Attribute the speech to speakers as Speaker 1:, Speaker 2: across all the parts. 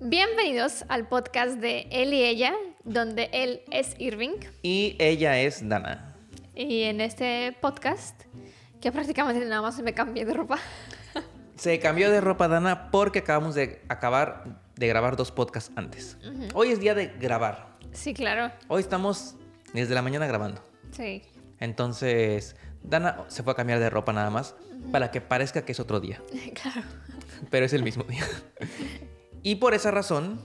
Speaker 1: Bienvenidos al podcast de Él y Ella, donde él es Irving
Speaker 2: Y ella es Dana.
Speaker 1: y en este podcast que prácticamente nada más me cambié de ropa.
Speaker 2: Se cambió de ropa Dana porque acabamos de acabar de grabar dos podcasts antes. Hoy es día de grabar.
Speaker 1: Sí, claro.
Speaker 2: Hoy estamos desde la mañana grabando.
Speaker 1: Sí.
Speaker 2: Entonces, Dana se fue a cambiar de ropa nada más para que parezca que es otro día,
Speaker 1: Claro.
Speaker 2: pero es el mismo día. y por esa razón,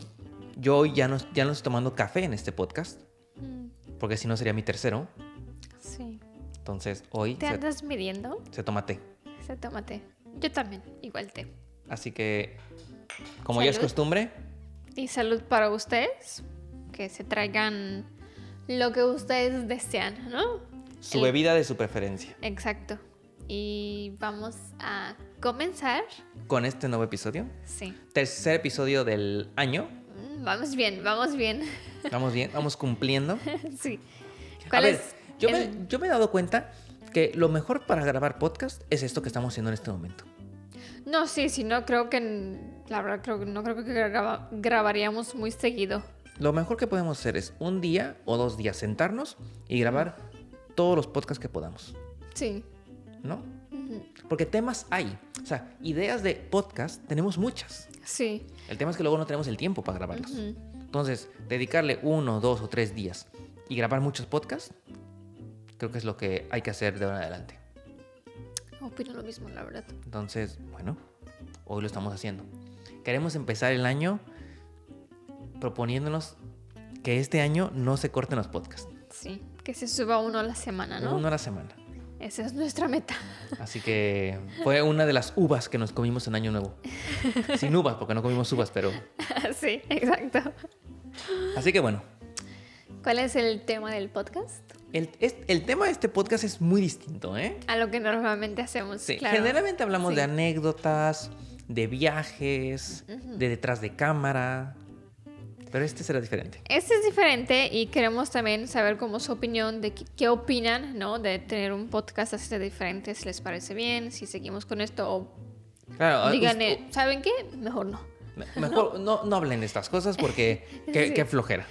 Speaker 2: yo hoy ya no, ya no estoy tomando café en este podcast,
Speaker 1: Mm,
Speaker 2: porque si no sería mi tercero.
Speaker 1: Sí.
Speaker 2: Entonces, hoy
Speaker 1: ¿Te
Speaker 2: se,
Speaker 1: andas midiendo?
Speaker 2: se toma té.
Speaker 1: Se toma té. Yo también, igual té.
Speaker 2: Así que, como ya es
Speaker 1: Salud.
Speaker 2: costumbre,
Speaker 1: Y salud para ustedes, que se traigan lo que ustedes desean, ¿no?
Speaker 2: su
Speaker 1: El-
Speaker 2: bebida de su preferencia.
Speaker 1: Exacto. Y vamos a comenzar.
Speaker 2: Con este nuevo episodio,
Speaker 1: Sí.
Speaker 2: tercer episodio del año.
Speaker 1: Mm, Vamos bien, vamos bien.
Speaker 2: Vamos bien, vamos cumpliendo.
Speaker 1: sí.
Speaker 2: A
Speaker 1: ¿Cuál
Speaker 2: ver,
Speaker 1: es?
Speaker 2: yo,
Speaker 1: el-
Speaker 2: me, yo me he dado cuenta que lo mejor para grabar podcast es esto que estamos haciendo en este momento.
Speaker 1: No, sí, sí, no creo que. La verdad, creo, no creo que graba- grabaríamos muy seguido.
Speaker 2: Lo mejor que podemos hacer es un día o dos días sentarnos y grabar todos los podcasts que podamos,
Speaker 1: Sí.
Speaker 2: ¿no?
Speaker 1: Ujú.
Speaker 2: Porque temas hay. O sea, ideas de podcast tenemos muchas.
Speaker 1: Sí.
Speaker 2: El tema es que luego no tenemos el tiempo para grabarlos.
Speaker 1: Ujú.
Speaker 2: Entonces, dedicarle uno, dos o tres días y grabar muchos podcasts, creo que es lo que hay que hacer de ahora en adelante.
Speaker 1: Opino lo mismo, la verdad.
Speaker 2: Entonces, bueno, hoy lo estamos haciendo. Queremos empezar el año proponiéndonos que este año no se corten los podcasts.
Speaker 1: Sí. Que se suba uno a la semana, Ah, ¿no?
Speaker 2: Uno a la semana.
Speaker 1: Esa es nuestra meta.
Speaker 2: Así que fue una de las uvas que nos comimos en Año Nuevo. Sin uvas, porque no comimos uvas, pero...
Speaker 1: sí, exacto.
Speaker 2: Así que bueno,
Speaker 1: ¿Cuál es el tema del podcast?
Speaker 2: el, es- el tema de este podcast es muy distinto, ¿eh?
Speaker 1: A lo que normalmente hacemos.
Speaker 2: Sí,
Speaker 1: claro.
Speaker 2: generalmente hablamos
Speaker 1: Sí.
Speaker 2: de anécdotas, de viajes, de detrás de cámara, pero este será diferente.
Speaker 1: Este es diferente y queremos también saber cómo su opinión, de qué, qué opinan, ¿no? De tener un podcast así de diferente, si les parece bien, si seguimos con esto o
Speaker 2: Claro, Ah, us-
Speaker 1: digan, eh, ¿saben qué? Mejor no.
Speaker 2: Me- Mejor no, no hablen de estas cosas porque qué,
Speaker 1: Sí.
Speaker 2: qué flojera,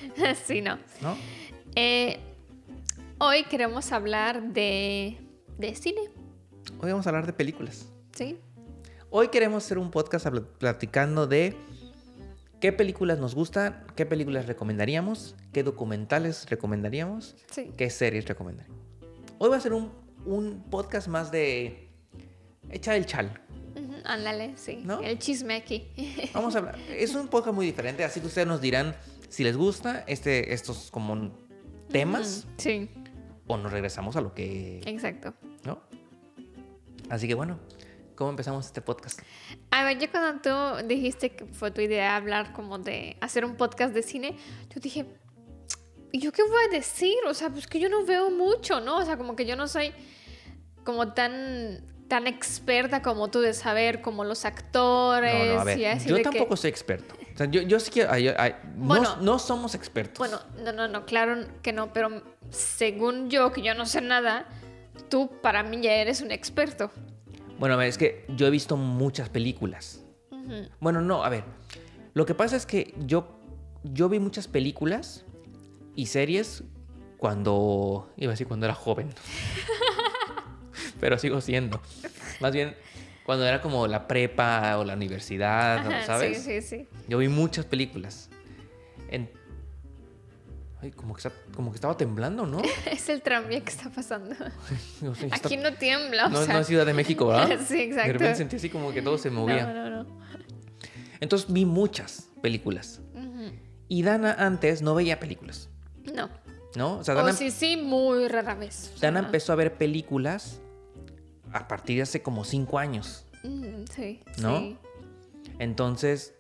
Speaker 1: sí, no.
Speaker 2: ¿no?
Speaker 1: Eh, hoy queremos hablar de, de cine,
Speaker 2: Hoy vamos a hablar de películas.
Speaker 1: ¿sí?
Speaker 2: Hoy queremos hacer un podcast habl- platicando de qué películas nos gustan, qué películas recomendaríamos, qué documentales recomendaríamos,
Speaker 1: Sí.
Speaker 2: qué series recomendaríamos. Hoy va a ser un, un podcast más de echar el chal.
Speaker 1: Ujú, Ándale, sí.
Speaker 2: ¿No?
Speaker 1: El chisme aquí.
Speaker 2: Vamos a hablar. Es un podcast muy diferente, así que ustedes nos dirán si les gusta este, estos como temas
Speaker 1: Ujú, Sí,
Speaker 2: o nos regresamos a lo que
Speaker 1: exacto.
Speaker 2: ¿no? Así que bueno, ¿cómo empezamos este podcast?
Speaker 1: A ver, yo cuando tú dijiste que fue tu idea hablar como de hacer un podcast de cine, yo dije, ¿y yo qué voy a decir? O sea, pues que yo no veo mucho, ¿no? O sea, como que yo no soy como tan tan experta como tú de saber como los actores
Speaker 2: No, no, a
Speaker 1: y
Speaker 2: ver,
Speaker 1: Pues, así
Speaker 2: yo
Speaker 1: de que-
Speaker 2: tampoco soy experto. O sea, yo, yo sí quiero... ay, yo- ay, no-
Speaker 1: Bueno.
Speaker 2: no, somos expertos.
Speaker 1: Bueno, no, no, no, claro que no, pero según yo, que yo no sé nada, tú para mí ya eres un experto.
Speaker 2: Bueno, a ver, es que yo he visto muchas películas.
Speaker 1: Ujú.
Speaker 2: Bueno, no, a ver. Lo que pasa es que yo, yo vi muchas películas y series cuando... Iba a decir cuando era joven. Pero sigo siendo. Más bien cuando era como la prepa o la universidad,
Speaker 1: Ajá,
Speaker 2: Ah, ¿sabes?
Speaker 1: Sí, sí, sí.
Speaker 2: Yo vi muchas películas. En- Ay, como que, está- como que estaba temblando, ¿no?
Speaker 1: Es el tranvía que está pasando.
Speaker 2: No sé, está-
Speaker 1: Aquí no tiembla, o
Speaker 2: no-
Speaker 1: sea.
Speaker 2: no es Ciudad de México, ¿verdad?
Speaker 1: Sí, exacto.
Speaker 2: De repente sentí así como que todo se movía.
Speaker 1: No, no, no.
Speaker 2: Entonces vi muchas películas.
Speaker 1: Ujú.
Speaker 2: Y Dana antes no veía películas,
Speaker 1: No.
Speaker 2: ¿no? O sea,
Speaker 1: O
Speaker 2: Dana,
Speaker 1: Oh, sí, sí, muy rara vez. O sea,
Speaker 2: Dana empezó a ver películas a partir de hace como cinco años.
Speaker 1: mm, sí.
Speaker 2: ¿No?
Speaker 1: sí.
Speaker 2: Entonces,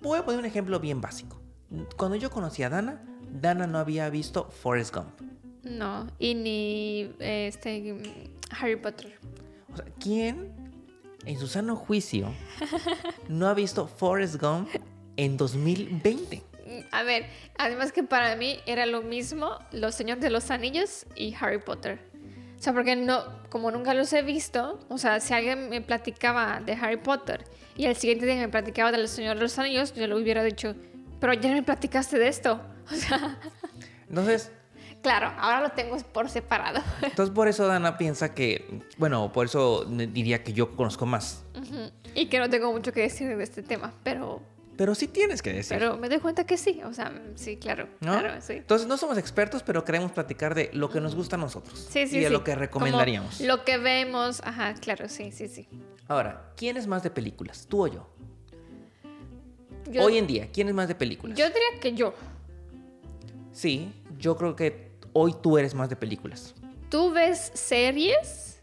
Speaker 2: voy a poner un ejemplo bien básico. Cuando yo conocí a Dana, Dana no había visto Forrest Gump.
Speaker 1: No. Y ni eh, este mm, Harry Potter.
Speaker 2: O sea, ¿quién en su sano juicio no ha visto Forrest Gump en 2020?
Speaker 1: Mm, A ver, además que para mí era lo mismo Los Señores de los Anillos y Harry Potter. O sea, porque no, como nunca los he visto, o sea, si alguien me platicaba de Harry Potter y al siguiente día me platicaba del Señor de los Anillos, yo le hubiera dicho, pero ya me platicaste de esto. O sea,
Speaker 2: Entonces,
Speaker 1: claro, ahora lo tengo por separado.
Speaker 2: entonces por eso Dana piensa que, bueno, por eso diría que yo conozco más.
Speaker 1: Ujú. y que no tengo mucho que decir de este tema, pero,
Speaker 2: Pero sí tienes que decir.
Speaker 1: pero me doy cuenta que sí. O sea, sí, claro.
Speaker 2: ¿no?
Speaker 1: Claro, sí.
Speaker 2: Entonces no somos expertos, pero queremos platicar de lo que nos gusta a nosotros
Speaker 1: Sí, sí,
Speaker 2: y de
Speaker 1: sí.
Speaker 2: lo que
Speaker 1: Como
Speaker 2: recomendaríamos.
Speaker 1: Lo que vemos, ajá, claro, sí, sí, sí.
Speaker 2: Ahora, ¿quién es más de películas? ¿Tú o yo?
Speaker 1: Yo,
Speaker 2: Hoy en día, ¿quién es más de películas?
Speaker 1: yo diría que yo.
Speaker 2: Sí, yo creo que hoy tú eres más de películas.
Speaker 1: Tú ves series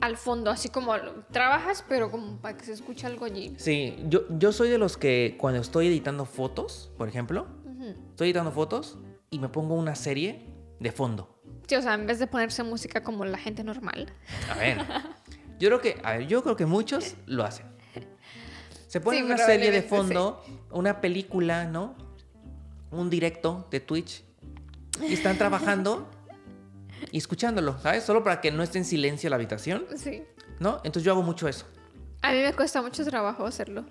Speaker 1: al fondo, así como lo- trabajas, pero como para que se escuche algo allí.
Speaker 2: Sí, yo, yo soy de los que cuando estoy editando fotos, por ejemplo,
Speaker 1: Ujú.
Speaker 2: estoy editando fotos y me pongo una serie de fondo.
Speaker 1: Sí, o sea, en vez de ponerse música como la gente normal.
Speaker 2: A ver, yo creo que, a ver, yo creo que muchos lo hacen. Se ponen
Speaker 1: Sí,
Speaker 2: una serie de
Speaker 1: probablemente
Speaker 2: fondo, una película, ¿no? Un directo de Twitch y están trabajando y escuchándolo, ¿sabes? Solo para que no esté en silencio la habitación,
Speaker 1: Sí.
Speaker 2: ¿no? Entonces yo hago mucho eso.
Speaker 1: A mí me cuesta mucho trabajo hacerlo,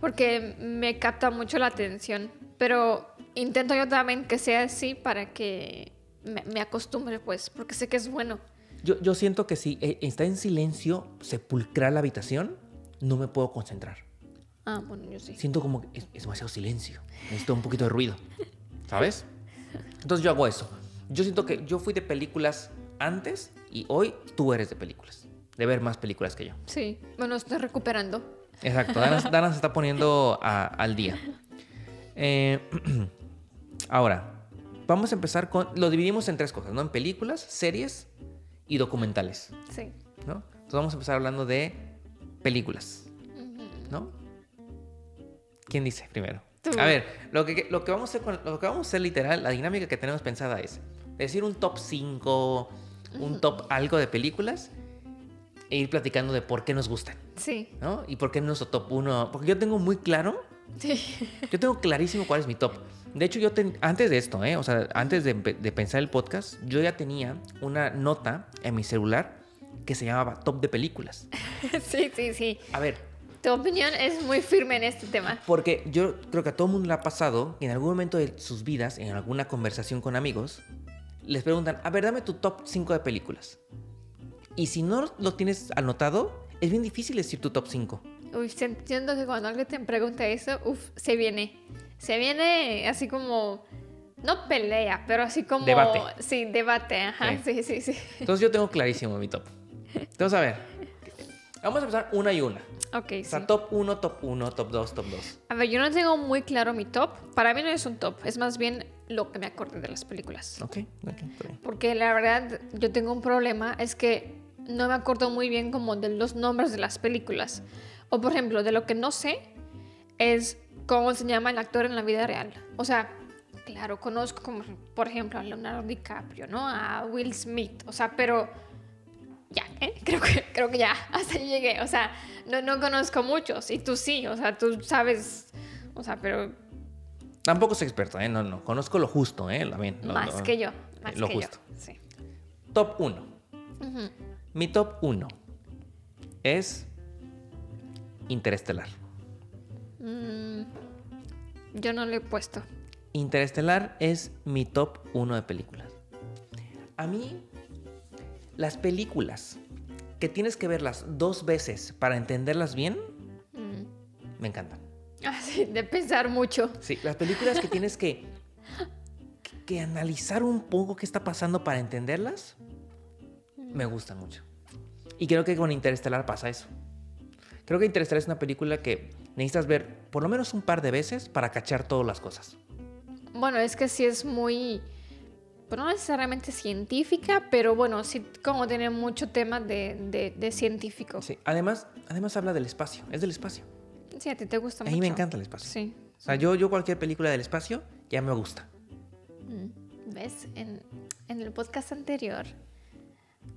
Speaker 1: porque me capta mucho la atención, pero intento yo también que sea así para que me, me acostumbre, pues, porque sé que es bueno.
Speaker 2: Yo, yo siento que si eh, está en silencio sepulcral la habitación, no me puedo concentrar.
Speaker 1: Ah, bueno, yo sí.
Speaker 2: Siento como que es, es demasiado silencio. Necesito un poquito de ruido. ¿Sabes? Entonces yo hago eso. Yo siento que yo fui de películas antes y hoy tú eres de películas. De ver más películas que yo.
Speaker 1: Sí, bueno, estoy recuperando.
Speaker 2: Exacto. Dana, Dana se está poniendo a- al día. Eh, ahora, vamos a empezar con... Lo dividimos en tres cosas, ¿no? En películas, series y documentales,
Speaker 1: Sí.
Speaker 2: ¿no? Entonces vamos a empezar hablando de películas, ¿no? ¿Quién dice primero?
Speaker 1: Tú.
Speaker 2: A ver, lo que, lo que vamos a hacer con- lo que vamos a hacer literal, la dinámica que tenemos pensada es decir un top 5, un top algo de películas e ir platicando de por qué nos gustan,
Speaker 1: Sí.
Speaker 2: ¿no? Y por qué nuestro top 1, porque yo tengo muy claro,
Speaker 1: Sí.
Speaker 2: yo tengo clarísimo cuál es mi top. De hecho, yo ten- antes de esto, ¿eh? o sea, antes de, empe- de pensar el podcast, yo ya tenía una nota en mi celular que se llamaba top de películas.
Speaker 1: sí, sí, sí.
Speaker 2: A ver,
Speaker 1: Tu opinión es muy firme en este tema.
Speaker 2: Porque yo creo que a todo mundo le ha pasado que en algún momento de sus vidas, en alguna conversación con amigos, les preguntan, a ver, dame tu top 5 de películas. Y si no lo tienes anotado, es bien difícil decir tu top 5.
Speaker 1: Uy, entiendo que cuando alguien te pregunta eso, uff, se viene. Se viene así como. No pelea, pero así como.
Speaker 2: Debate.
Speaker 1: Sí, debate, ajá. Sí, sí, sí.
Speaker 2: Entonces yo tengo clarísimo mi top. Entonces, a ver, vamos a empezar una y una.
Speaker 1: Ok,
Speaker 2: O
Speaker 1: sí.
Speaker 2: sea, top 1, top 1, top 2, top 2.
Speaker 1: A ver, yo no tengo muy claro mi top. Para mí no es un top, es más bien lo que me acordé de las películas.
Speaker 2: Ok, ok, está bien.
Speaker 1: Porque la verdad, yo tengo un problema, es que no me acuerdo muy bien como de los nombres de las películas. O por ejemplo, de lo que no sé es cómo se llama el actor en la vida real. O sea, claro, conozco como, por ejemplo, a Leonardo DiCaprio, ¿no? A Will Smith. O sea, pero ya, ¿eh? Creo que, creo que ya, hasta ahí llegué. O sea, no, no conozco muchos. Y tú sí, o sea, tú sabes, o sea, pero
Speaker 2: Tampoco soy experto, ¿eh? No, no. Conozco lo justo, ¿eh? También. lo-
Speaker 1: más
Speaker 2: lo-
Speaker 1: que yo. Más
Speaker 2: Eh, lo
Speaker 1: que
Speaker 2: justo.
Speaker 1: yo. Sí.
Speaker 2: Top 1.
Speaker 1: Ujú.
Speaker 2: Mi top 1 es Interestelar.
Speaker 1: Mm, yo no lo he puesto.
Speaker 2: Interestelar es mi top 1 de películas. A mí, las películas que tienes que verlas dos veces para entenderlas bien,
Speaker 1: Mm.
Speaker 2: me encantan.
Speaker 1: Ah, sí, de pensar mucho.
Speaker 2: Sí, las películas que tienes que, que analizar un poco qué está pasando para entenderlas, me gustan mucho. Y creo que con Interestelar pasa eso. Creo que Interestelar es una película que necesitas ver por lo menos un par de veces para cachar todas las cosas.
Speaker 1: Bueno, es que sí es muy, pues, no necesariamente científica, pero bueno, sí como tiene mucho tema de, de, de científico. Sí.
Speaker 2: Sí, además, además habla del espacio, es del espacio.
Speaker 1: a ti te gusta
Speaker 2: A
Speaker 1: mucho.
Speaker 2: mí me encanta el espacio.
Speaker 1: Sí.
Speaker 2: O sea, yo, yo cualquier película del espacio ya me gusta.
Speaker 1: Mm. ¿Ves? En, en el podcast anterior,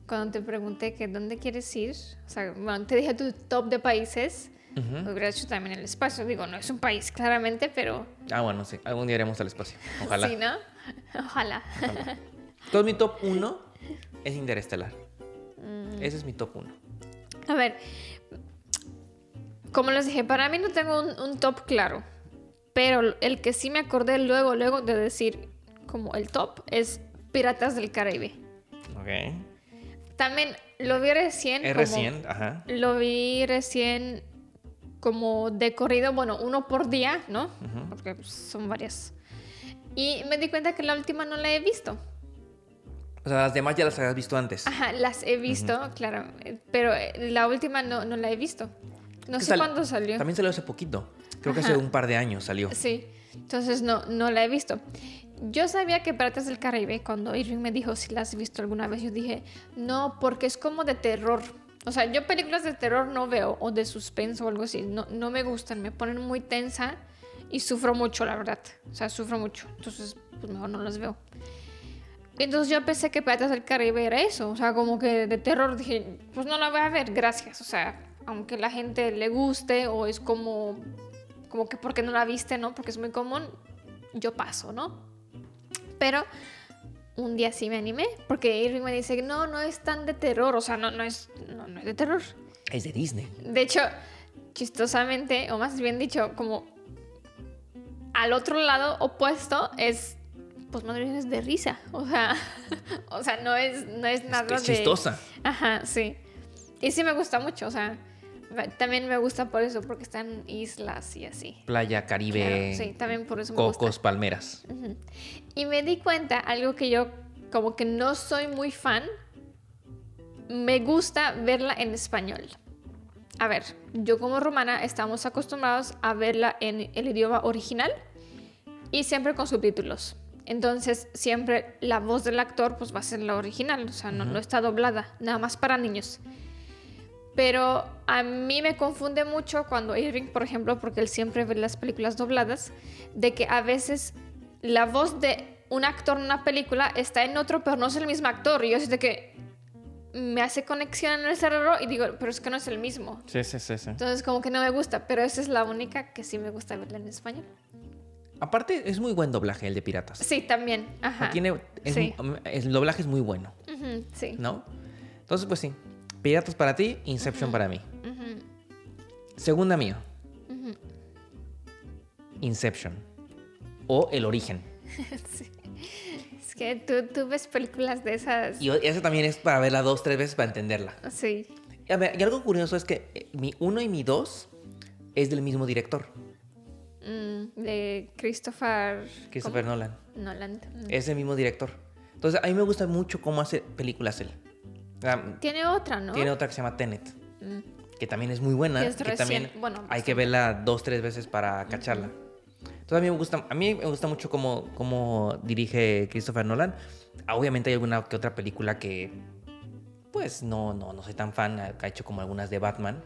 Speaker 1: cuando te pregunté que dónde quieres ir, o sea, bueno, te dije tu top de países,
Speaker 2: Ujú.
Speaker 1: hubiera hecho también el espacio. Digo, no es un país claramente, pero
Speaker 2: Ah, bueno, sí, algún día iremos al espacio. Ojalá.
Speaker 1: sí, ¿no? Ojalá.
Speaker 2: Entonces mi top 1 es Interestelar.
Speaker 1: Mm.
Speaker 2: Ese es mi top 1.
Speaker 1: A ver, como les dije, para mí no tengo un, un top claro, pero el que sí me acordé luego, luego de decir como el top es Piratas del Caribe.
Speaker 2: Ok.
Speaker 1: También lo vi recién.
Speaker 2: Es
Speaker 1: como-
Speaker 2: recién, ajá.
Speaker 1: Lo vi recién como de corrido, bueno, uno por día, ¿no?
Speaker 2: Ujú.
Speaker 1: Porque pues, son varias. Y me di cuenta que la última no la he visto.
Speaker 2: O sea, las demás ya las habías visto antes.
Speaker 1: Ajá, las he visto, claro, eh, pero eh, la última no, no la he visto. No
Speaker 2: Que
Speaker 1: sé
Speaker 2: sal-
Speaker 1: cuándo salió.
Speaker 2: También salió hace poquito. Creo que hace
Speaker 1: Ajá.
Speaker 2: un par de años salió.
Speaker 1: Sí, entonces no, no la he visto. Yo sabía que Piratas del Caribe, cuando Irving me dijo si la has visto alguna vez, yo dije, no, porque es como de terror. O sea, yo películas de terror no veo, o de suspenso o algo así, no, no me gustan, me ponen muy tensa y sufro mucho, la verdad. O sea, sufro mucho, entonces pues mejor no las veo. Entonces yo pensé que Piratas del Caribe era eso, o sea, como que de terror dije, pues no la voy a ver, gracias, o sea, aunque la gente le guste o es como, como que porque no la viste, ¿no? Porque es muy común, yo paso, ¿no? Pero un día sí me animé, porque Irving me dice, no, no es tan de terror, o sea, no, no, es, no, no es de terror.
Speaker 2: Es de Disney.
Speaker 1: De hecho, chistosamente, o más bien dicho, como al otro lado opuesto es, pues más bien es de risa. O sea, o sea no, es, no es
Speaker 2: Es,
Speaker 1: nada
Speaker 2: que es
Speaker 1: de...
Speaker 2: chistosa.
Speaker 1: Ajá, sí. Y sí me gusta mucho, o sea, me- también me gusta por eso, porque están islas y así.
Speaker 2: Playa, Caribe,
Speaker 1: Claro, sí, también por eso me gusta.
Speaker 2: cocos, palmeras.
Speaker 1: Ujú. Y me di cuenta, algo que yo como que no soy muy fan, me gusta verla en español. A ver, yo como rumana estamos acostumbrados a verla en el idioma original y siempre con subtítulos. Entonces siempre la voz del actor pues va a ser la original, o sea, no, no está doblada, nada más para niños. Pero a mí me confunde mucho cuando Irving, por ejemplo, porque él siempre ve las películas dobladas, de que a veces la voz de un actor en una película está en otro, pero no es el mismo actor. Y yo siento que me hace conexión en el cerebro y digo, pero es que no es el mismo.
Speaker 2: Sí, sí, sí, sí.
Speaker 1: Entonces como que no me gusta, pero esa es la única que sí me gusta verla en español.
Speaker 2: Aparte, es muy buen doblaje el de Piratas.
Speaker 1: Sí, también. Ajá.
Speaker 2: Tiene, es-
Speaker 1: Sí.
Speaker 2: El doblaje es muy bueno,
Speaker 1: Ujú, sí.
Speaker 2: ¿no? Entonces, pues sí. Piratas para ti, Inception para mí. Segunda mía. Inception. O El Origen.
Speaker 1: Es que tú, tú ves películas de esas.
Speaker 2: Y eso también es para verla dos, tres veces para entenderla.
Speaker 1: Sí.
Speaker 2: A ver, y algo curioso es que eh, mi 1 y mi 2 es del mismo director,
Speaker 1: Mm, de Christopher...
Speaker 2: Christopher
Speaker 1: ¿cómo?
Speaker 2: Nolan.
Speaker 1: Nolan. Mm.
Speaker 2: Es el mismo director. Entonces, a mí me gusta mucho cómo hace películas él. Ah,
Speaker 1: Tiene otra, ¿no?
Speaker 2: Tiene otra que se llama Tenet,
Speaker 1: Mm.
Speaker 2: que también es muy buena.
Speaker 1: Que es
Speaker 2: que
Speaker 1: recién-
Speaker 2: también
Speaker 1: bueno,
Speaker 2: hay
Speaker 1: bastante.
Speaker 2: que verla dos, tres veces para cacharla. Entonces, a mí me gusta, a mí me gusta mucho cómo, cómo dirige Christopher Nolan. Ah, Obviamente hay alguna que otra película que, pues, no, no, no soy tan fan. Ha hecho como algunas de Batman.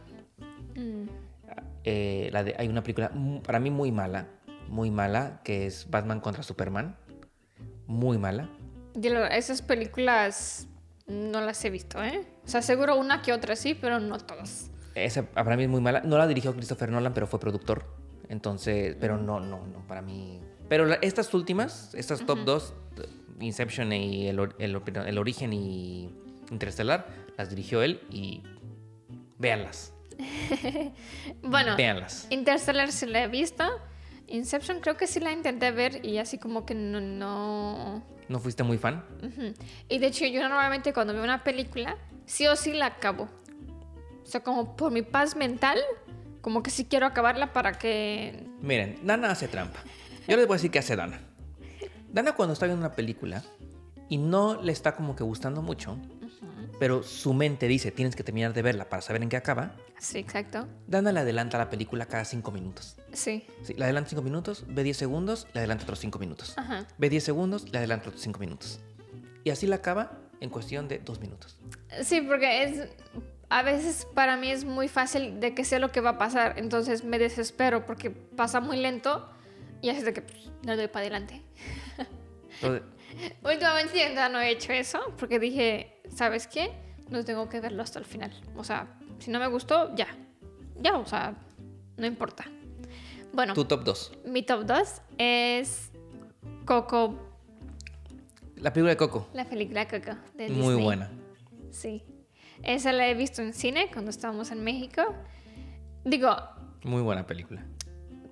Speaker 1: Mm.
Speaker 2: Eh, la de- hay una película mu- para mí muy mala, muy mala, que es Batman contra Superman. Muy mala.
Speaker 1: De la- esas películas no las he visto, ¿eh? O sea, seguro una que otra sí, pero no todas.
Speaker 2: Esa ah, para mí es muy mala. No la dirigió Christopher Nolan, pero fue productor. Entonces, pero no, no, no, para mí. Pero la- estas últimas, estas top dos, Inception y el, Or- el Or- El Origen y Interstellar, las dirigió él y véanlas,
Speaker 1: Bueno,
Speaker 2: véanlas.
Speaker 1: Interstellar sí la he visto. Inception creo que sí la intenté ver y así como que no... no...
Speaker 2: ¿No fuiste muy fan?
Speaker 1: Ujú. Y de hecho, yo normalmente cuando veo una película, sí o sí la acabo. O sea, como por mi paz mental, como que sí quiero acabarla para que...
Speaker 2: Miren, Dana hace trampa. Yo les voy a decir qué hace Dana. Dana cuando está viendo una película y no le está como que gustando mucho, pero su mente dice tienes que terminar de verla para saber en qué acaba,
Speaker 1: Sí, exacto.
Speaker 2: Dana le adelanta la película cada cinco minutos.
Speaker 1: Sí.
Speaker 2: Sí, le adelanta cinco minutos, ve 10 segundos, le adelanta otros cinco minutos.
Speaker 1: Ajá.
Speaker 2: Ve 10 segundos, le adelanta otros cinco minutos. Y así la acaba en cuestión de dos minutos.
Speaker 1: Sí, porque es... A veces para mí es muy fácil de que sé lo que va a pasar, entonces me desespero porque pasa muy lento y así de que pues, le doy para adelante.
Speaker 2: Entonces,
Speaker 1: Últimamente ya no he hecho eso porque dije, ¿sabes qué? No tengo que verlo hasta el final. O sea, si no me gustó, ya. Ya, o sea, no importa. Bueno,
Speaker 2: tu top 2.
Speaker 1: mi top 2 es Coco
Speaker 2: La película de Coco.
Speaker 1: La película Coco de
Speaker 2: Muy
Speaker 1: Disney.
Speaker 2: buena.
Speaker 1: Sí. Esa la he visto en cine cuando estábamos en México. Digo,
Speaker 2: Muy buena película.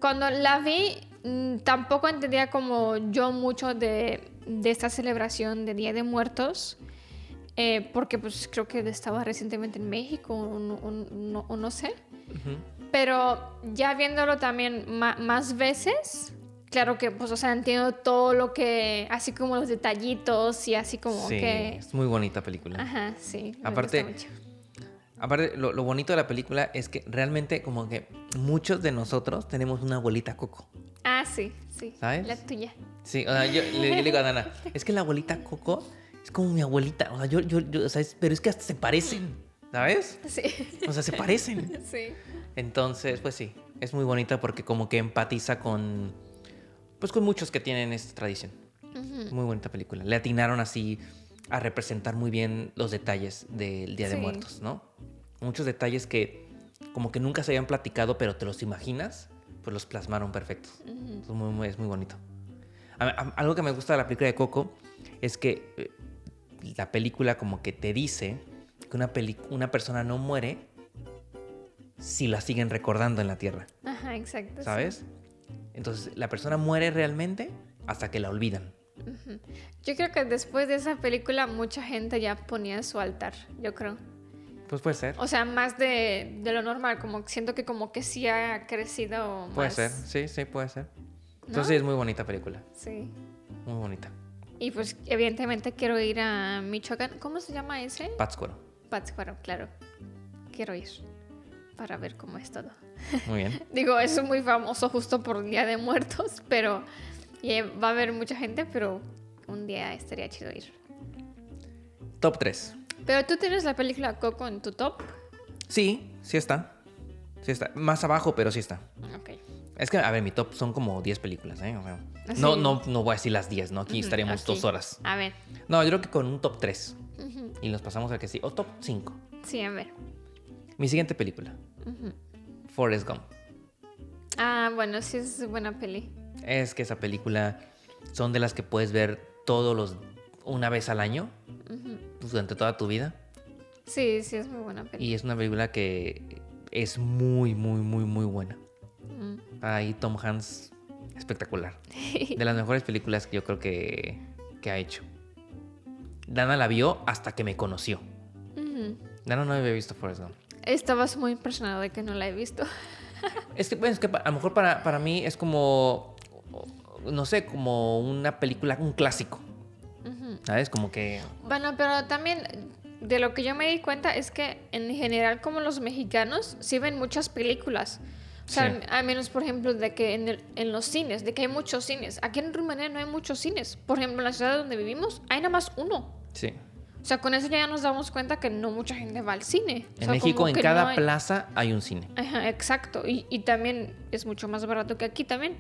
Speaker 1: cuando la vi, mm, tampoco entendía como yo mucho de, de esta celebración de Día de Muertos. eh, porque pues creo que estaba recientemente en México o no- o no- o no sé.
Speaker 2: Ujú.
Speaker 1: Pero ya viéndolo también ma- más veces, claro que, pues, o sea, entiendo todo lo que, así como los detallitos y así como
Speaker 2: Sí,
Speaker 1: que...
Speaker 2: es muy bonita película.
Speaker 1: Ajá, sí. me
Speaker 2: Aparte,
Speaker 1: gusta mucho.
Speaker 2: Aparte, lo, lo bonito de la película es que realmente como que muchos de nosotros tenemos una abuelita Coco.
Speaker 1: Ah, sí, sí.
Speaker 2: ¿sabes?
Speaker 1: La tuya.
Speaker 2: Sí, o sea, yo le, yo le digo a Dana, es que la abuelita Coco es como mi abuelita. O sea, yo, yo, yo, o sea, es- pero es que hasta se parecen, ¿sabes?
Speaker 1: Sí,
Speaker 2: O sea, se parecen.
Speaker 1: sí.
Speaker 2: Entonces, pues sí, es muy bonita porque como que empatiza con, pues con muchos que tienen esta tradición.
Speaker 1: Ujú.
Speaker 2: Muy bonita película. Le atinaron así a representar muy bien los detalles del Día de
Speaker 1: Sí.
Speaker 2: Muertos, ¿no? Muchos detalles que como que nunca se habían platicado, pero te los imaginas, pues los plasmaron perfectos.
Speaker 1: Ujú.
Speaker 2: Es muy, muy- es muy bonito. A- a- algo que me gusta de la película de Coco es que eh, la película como que te dice que una, peli- una persona no muere si la siguen recordando en la Tierra,
Speaker 1: Ajá, exacto. Pues sí.
Speaker 2: ¿sabes? Entonces, la persona muere realmente hasta que la olvidan.
Speaker 1: Yo creo que después de esa película mucha gente ya ponía su altar, yo creo.
Speaker 2: Pues puede ser.
Speaker 1: O sea, más de, de lo normal, como siento que como que sí ha crecido más.
Speaker 2: Puede ser, sí, sí, puede ser.
Speaker 1: ¿No?
Speaker 2: Entonces sí, es muy bonita película,
Speaker 1: Sí.
Speaker 2: muy bonita.
Speaker 1: Y pues evidentemente quiero ir a Michoacán. ¿Cómo se llama ese?
Speaker 2: Pátzcuaro,
Speaker 1: Pátzcuaro, claro. Quiero ir para ver cómo es todo.
Speaker 2: muy bien.
Speaker 1: Digo, es muy famoso justo por Día de Muertos, pero y, eh, va a haber mucha gente, pero un día estaría chido ir.
Speaker 2: Top 3.
Speaker 1: Pero tú tienes la película Coco en tu top.
Speaker 2: Sí, sí está. Sí está. Más abajo, pero sí está.
Speaker 1: Ok.
Speaker 2: Es que, a ver, mi top son como 10 películas, ¿eh? O sea, no,
Speaker 1: Ah, Sí.
Speaker 2: no, no voy a decir las 10, ¿no? Aquí estaríamos
Speaker 1: aquí.
Speaker 2: dos horas.
Speaker 1: A ver.
Speaker 2: No, yo creo que con un top 3.
Speaker 1: Ujú.
Speaker 2: Y los pasamos al que sí. O top 5.
Speaker 1: Sí, a ver.
Speaker 2: Mi siguiente película. Forrest Gump.
Speaker 1: Ah, bueno, sí es buena peli.
Speaker 2: Es que esa película son de las que puedes ver todos los... Una vez al año. pues, Durante toda tu vida.
Speaker 1: Sí, sí es muy buena peli.
Speaker 2: Y es una película que es muy, muy, muy, muy buena.
Speaker 1: Mm.
Speaker 2: Ahí Tom Hanks, espectacular. De las mejores películas que yo creo que, que ha hecho. Dana la vio hasta que me conoció.
Speaker 1: Ujú.
Speaker 2: Dana no había visto Forrest Gump.
Speaker 1: Estabas muy impresionado de que no la he visto.
Speaker 2: Es que, bueno, es que pa- a lo mejor para, para mí es como, no sé, como una película, un clásico.
Speaker 1: Ujú.
Speaker 2: ¿Sabes? Como que...
Speaker 1: Bueno, pero también de lo que yo me di cuenta es que en general como los mexicanos sí ven muchas películas. O sea,
Speaker 2: Sí.
Speaker 1: al menos por ejemplo de que en, el- en los cines, de que hay muchos cines. Aquí en Rumanía no hay muchos cines. Por ejemplo, en la ciudad donde vivimos hay nada más uno.
Speaker 2: Sí.
Speaker 1: O sea, con eso ya nos damos cuenta que no mucha gente va al cine. O
Speaker 2: En
Speaker 1: sea,
Speaker 2: México,
Speaker 1: como
Speaker 2: en
Speaker 1: que
Speaker 2: cada
Speaker 1: no hay-
Speaker 2: plaza hay un cine.
Speaker 1: Ajá, exacto. Y, y también es mucho más barato que aquí también.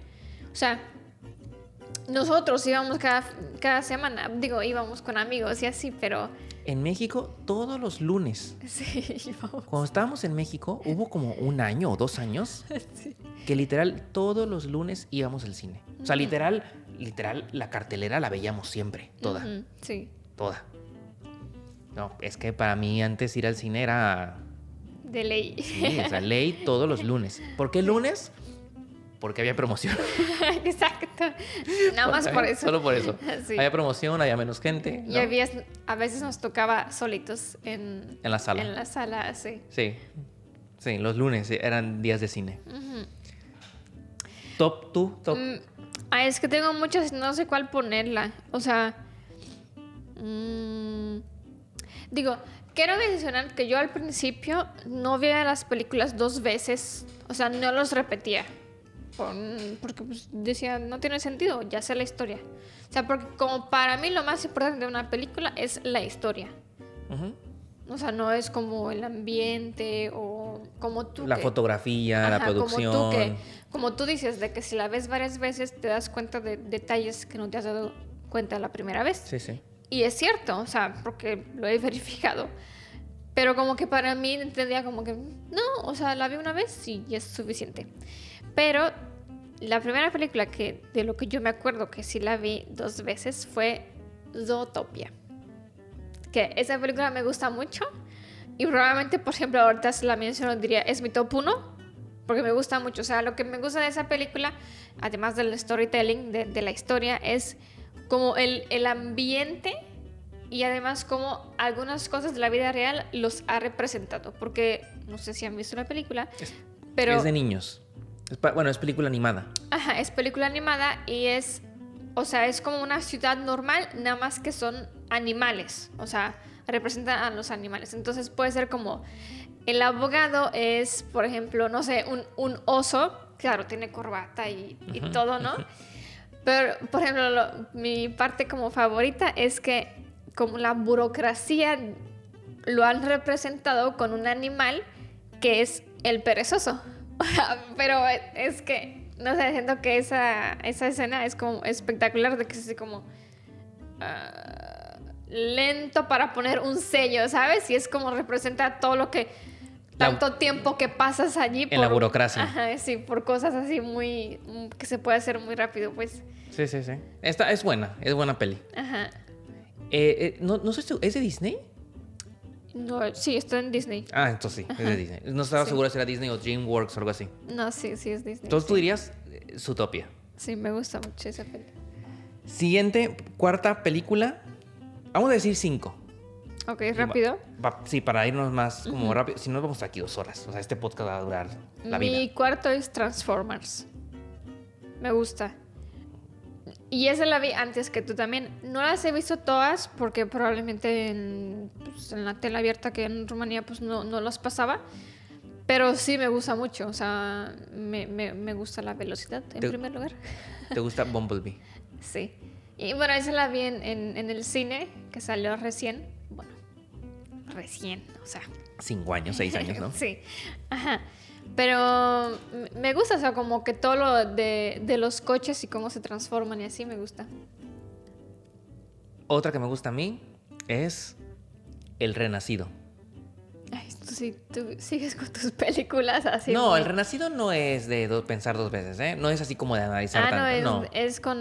Speaker 1: O sea, nosotros íbamos cada, cada semana, digo, íbamos con amigos y así, pero
Speaker 2: En México, todos los lunes.
Speaker 1: sí, íbamos.
Speaker 2: Cuando estábamos en México, hubo como un año o dos años
Speaker 1: Sí.
Speaker 2: que literal todos los lunes íbamos al cine. O
Speaker 1: Mm.
Speaker 2: sea, literal, literal, la cartelera la veíamos siempre, toda.
Speaker 1: Ujú, Sí,
Speaker 2: Toda. No, es que para mí antes ir al cine era.
Speaker 1: de ley.
Speaker 2: Sí, o sea, ley todos los lunes. ¿Por qué lunes? Porque había promoción.
Speaker 1: Exacto. Nada más por eso.
Speaker 2: Solo por eso.
Speaker 1: Sí.
Speaker 2: Había promoción, había menos gente.
Speaker 1: Y
Speaker 2: ¿no?
Speaker 1: habías- a veces nos tocaba solitos en,
Speaker 2: En la sala.
Speaker 1: en la sala, sí.
Speaker 2: Sí. Sí, los lunes eran días de cine.
Speaker 1: Ujú.
Speaker 2: Top tú, top.
Speaker 1: Mm, ah, es que tengo muchas, no sé cuál ponerla. O sea, mm, digo, quiero mencionar que yo al principio no veía las películas dos veces, o sea, no los repetía. por- porque pues, decía, no tiene sentido, ya sé la historia. O sea, porque como para mí lo más importante de una película es la historia. Mm.
Speaker 2: Ujú.
Speaker 1: O sea, no es como el ambiente o como tú.
Speaker 2: La
Speaker 1: que-
Speaker 2: fotografía, la
Speaker 1: Ajá,
Speaker 2: producción.
Speaker 1: Como tú, que- como tú dices, de que si la ves varias veces te das cuenta de detalles que no te has dado cuenta la primera vez.
Speaker 2: Sí, sí.
Speaker 1: Y es cierto, o sea, porque lo he verificado. Pero como que para mí entendía como que no, o sea, la vi una vez y es suficiente. Pero la primera película que de lo que yo me acuerdo que sí la vi dos veces fue Zootopia. Que esa película me gusta mucho. Y probablemente, por ejemplo, ahorita se la menciono, diría, es mi top 1. Porque me gusta mucho. O sea, lo que me gusta de esa película, además del storytelling, de, de la historia, es como el, el ambiente y además como algunas cosas de la vida real los ha representado. Porque no sé si han visto la película,
Speaker 2: Es-
Speaker 1: pero...
Speaker 2: Es de niños. Es pa- bueno, es película animada.
Speaker 1: Ajá, es película animada y es, o sea, es como una ciudad normal, nada más que son animales, o sea, representan a los animales. Entonces puede ser como, el abogado es, por ejemplo, no sé, un, un oso, claro, tiene corbata y, y
Speaker 2: Ujú,
Speaker 1: todo, ¿no? Pero, por ejemplo, lo- mi parte como favorita es que como la burocracia lo han representado con un animal que es el perezoso. O sea, Pero es que, no sé, siento que esa, esa escena es como espectacular, de que es así como ah, lento para poner un sello, ¿sabes? Y es como representa todo lo que,
Speaker 2: La-
Speaker 1: tanto tiempo que pasas allí.
Speaker 2: En la burocracia.
Speaker 1: Ajá, sí, por cosas así muy, que se puede hacer muy rápido, pues.
Speaker 2: Sí, sí, sí. Esta es buena, es buena peli.
Speaker 1: Ajá.
Speaker 2: Eh, eh, no, no sé, si- ¿es de Disney?
Speaker 1: No, sí, está en Disney.
Speaker 2: Ah, entonces sí, es de Disney. No estaba
Speaker 1: Sí.
Speaker 2: seguro si era Disney o DreamWorks o algo así.
Speaker 1: No, sí, sí es Disney.
Speaker 2: Entonces tú dirías eh, Zootopia.
Speaker 1: Sí, me gusta mucho esa película.
Speaker 2: Siguiente, cuarta película. Vamos a decir cinco.
Speaker 1: Ok, rápido.
Speaker 2: Va- sí, para irnos más como rápido. Si no, vamos aquí dos horas. O sea, este podcast va a durar la
Speaker 1: Mi
Speaker 2: vida.
Speaker 1: cuarto es Transformers. Me gusta. Y esa la vi antes que tú también. No las he visto todas porque probablemente en, pues, en la tela abierta que en Rumanía pues no, no las pasaba. Pero sí me gusta mucho. O sea, me, me- me gusta la velocidad en
Speaker 2: Te-
Speaker 1: primer lugar.
Speaker 2: ¿Te gusta Bumblebee?
Speaker 1: Sí. Y bueno, esa la vi en, en- en el cine que salió recién. Bueno, recién, o sea.
Speaker 2: Cinco años, seis años, ¿no?
Speaker 1: Sí. Ajá. Pero m- me gusta, o sea, como que todo lo de, de los coches y cómo se transforman y así me gusta.
Speaker 2: Otra que me gusta a mí es El Renacido.
Speaker 1: Ay, tú, sí, tú sigues con tus películas así.
Speaker 2: no,
Speaker 1: muy-
Speaker 2: El Renacido no es de do- pensar dos veces, ¿eh? No es así como de analizar
Speaker 1: Ah, no,
Speaker 2: tanto.
Speaker 1: es,
Speaker 2: No,
Speaker 1: es con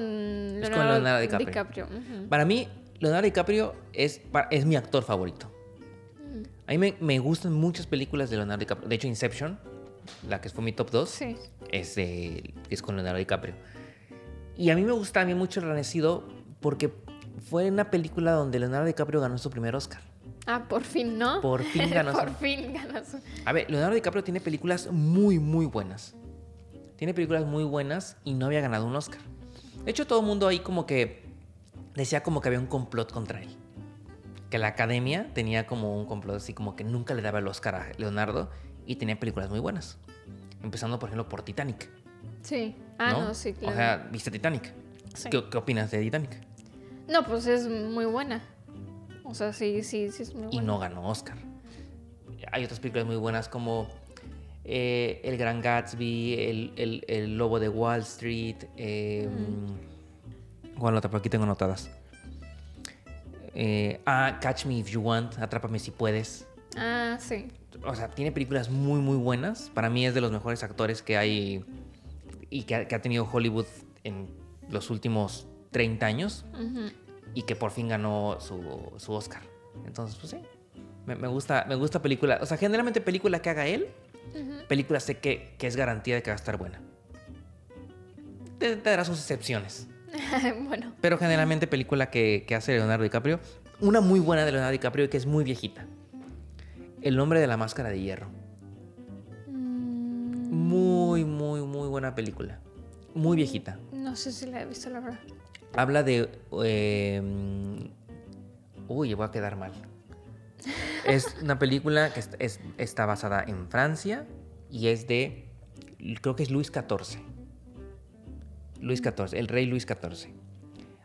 Speaker 2: Es con Leonardo DiCaprio.
Speaker 1: ujú.
Speaker 2: Para mí, Leonardo DiCaprio es, pa- es mi actor favorito.
Speaker 1: Mm.
Speaker 2: A mí me, me gustan muchas películas de Leonardo DiCaprio. De hecho, Inception, la que fue mi top 2,
Speaker 1: Sí.
Speaker 2: es, de- es con Leonardo DiCaprio. Y a mí me gusta a mí mucho El Renacido porque fue una película donde Leonardo DiCaprio ganó su primer Oscar.
Speaker 1: Ah, por fin, ¿no?
Speaker 2: Por fin ganó su-
Speaker 1: Por fin ganó su-
Speaker 2: A ver, Leonardo DiCaprio tiene películas muy, muy buenas. Tiene películas muy buenas y no había ganado un Oscar. De hecho, todo el mundo ahí como que decía como que había un complot contra él. Que la academia tenía como un complot así como que nunca le daba el Oscar a Leonardo y tenía películas muy buenas. Empezando, por ejemplo, por Titanic.
Speaker 1: Sí. Ah, no, sí, claro.
Speaker 2: O sea, ¿viste Titanic?
Speaker 1: Sí.
Speaker 2: ¿Qué, qué opinas de Titanic?
Speaker 1: No, pues es muy buena. O sea, sí, sí, sí es muy
Speaker 2: Y
Speaker 1: buena.
Speaker 2: no ganó Oscar. Hay otras películas muy buenas como eh, El Gran Gatsby, El, El- El Lobo de Wall Street. eh, ¿Cuál otra? Por aquí tengo anotadas. Eh, ah, Catch Me If You Want, Atrápame Si Puedes.
Speaker 1: Ah, sí.
Speaker 2: O sea, tiene películas muy, muy buenas. Para mí es de los mejores actores que hay y que ha, que ha tenido Hollywood en los últimos 30 años
Speaker 1: Ujú.
Speaker 2: y que por fin ganó su, su Oscar. Entonces, pues sí, me, me gusta, me gusta película. O sea, generalmente película que haga él, película sé que, que es garantía de que va a estar buena. Te, te dará sus excepciones.
Speaker 1: bueno,
Speaker 2: Pero generalmente película que, que hace Leonardo DiCaprio, una muy buena de Leonardo DiCaprio y que es muy viejita. El hombre de la máscara de hierro.
Speaker 1: Mm,
Speaker 2: Muy, muy, muy buena película. Muy viejita.
Speaker 1: no sé si la he visto, la verdad.
Speaker 2: Habla de. eh, uy, voy a quedar mal. Es una película que es- es- está basada en Francia y es de. Creo que es Luis XIV. Luis XIV, el rey Luis XIV.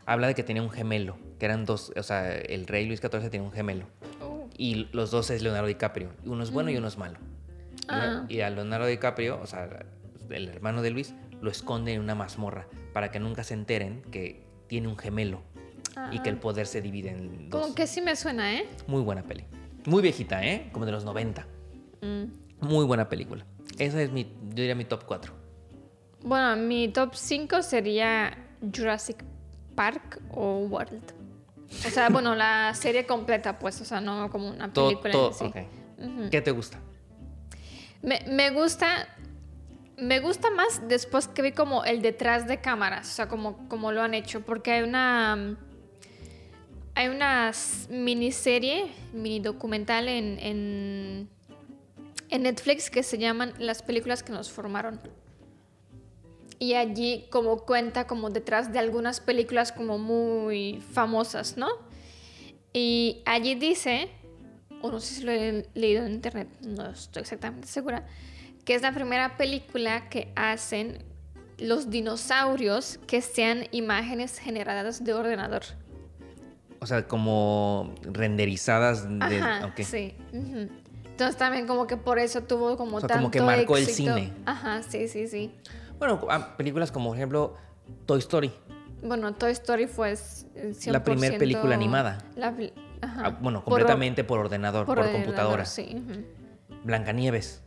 Speaker 2: Habla de que tenía un gemelo, que eran dos. O sea, el rey Luis XIV tenía un gemelo.
Speaker 1: Uh,
Speaker 2: Y los dos es Leonardo DiCaprio. Uno es bueno y uno es malo. Y a-
Speaker 1: Mm. Ah.
Speaker 2: Y a Leonardo DiCaprio, o sea, el hermano de Luis, lo esconde en una mazmorra para que nunca se enteren que tiene un gemelo y que el poder se divide en dos.
Speaker 1: Como Ah. que sí me suena, ¿eh?
Speaker 2: Muy buena peli. Muy viejita, ¿eh? Como de los 90.
Speaker 1: Mm.
Speaker 2: Muy buena película. Esa es mi, yo diría mi top 4.
Speaker 1: Bueno, mi top 5 sería Jurassic Park o World. O sea, bueno, la serie completa, pues, o sea, no como una
Speaker 2: Todo,
Speaker 1: película.
Speaker 2: todo,
Speaker 1: en sí.
Speaker 2: ok.
Speaker 1: Ujú.
Speaker 2: ¿Qué te gusta?
Speaker 1: me, me gusta. Me gusta más después que vi como el detrás de cámaras, o sea, como, como lo han hecho, porque hay una. Hay una s- miniserie, mini documental en, en, en Netflix que se llaman Las películas que nos formaron. Y allí como cuenta como detrás de algunas películas como muy famosas, ¿no? Y allí dice, o no sé si lo he leído en internet, no estoy exactamente segura, que es la primera película que hacen los dinosaurios que sean imágenes generadas de ordenador.
Speaker 2: O sea, como renderizadas de...
Speaker 1: Ajá,
Speaker 2: ok.
Speaker 1: sí. ujú. Entonces también como que por eso tuvo como
Speaker 2: O sea,
Speaker 1: tanto
Speaker 2: como que marcó el
Speaker 1: éxito.
Speaker 2: cine.
Speaker 1: Ajá, sí, sí, sí.
Speaker 2: Bueno, ah, películas como, por ejemplo, Toy Story.
Speaker 1: Bueno, Toy Story fue s- 100%...
Speaker 2: La primer película animada.
Speaker 1: la pel- ajá.
Speaker 2: Ah, bueno,
Speaker 1: Por-
Speaker 2: completamente por, ordenador, por,
Speaker 1: ordenador,
Speaker 2: computadora.
Speaker 1: Sí, ujú,
Speaker 2: Blancanieves,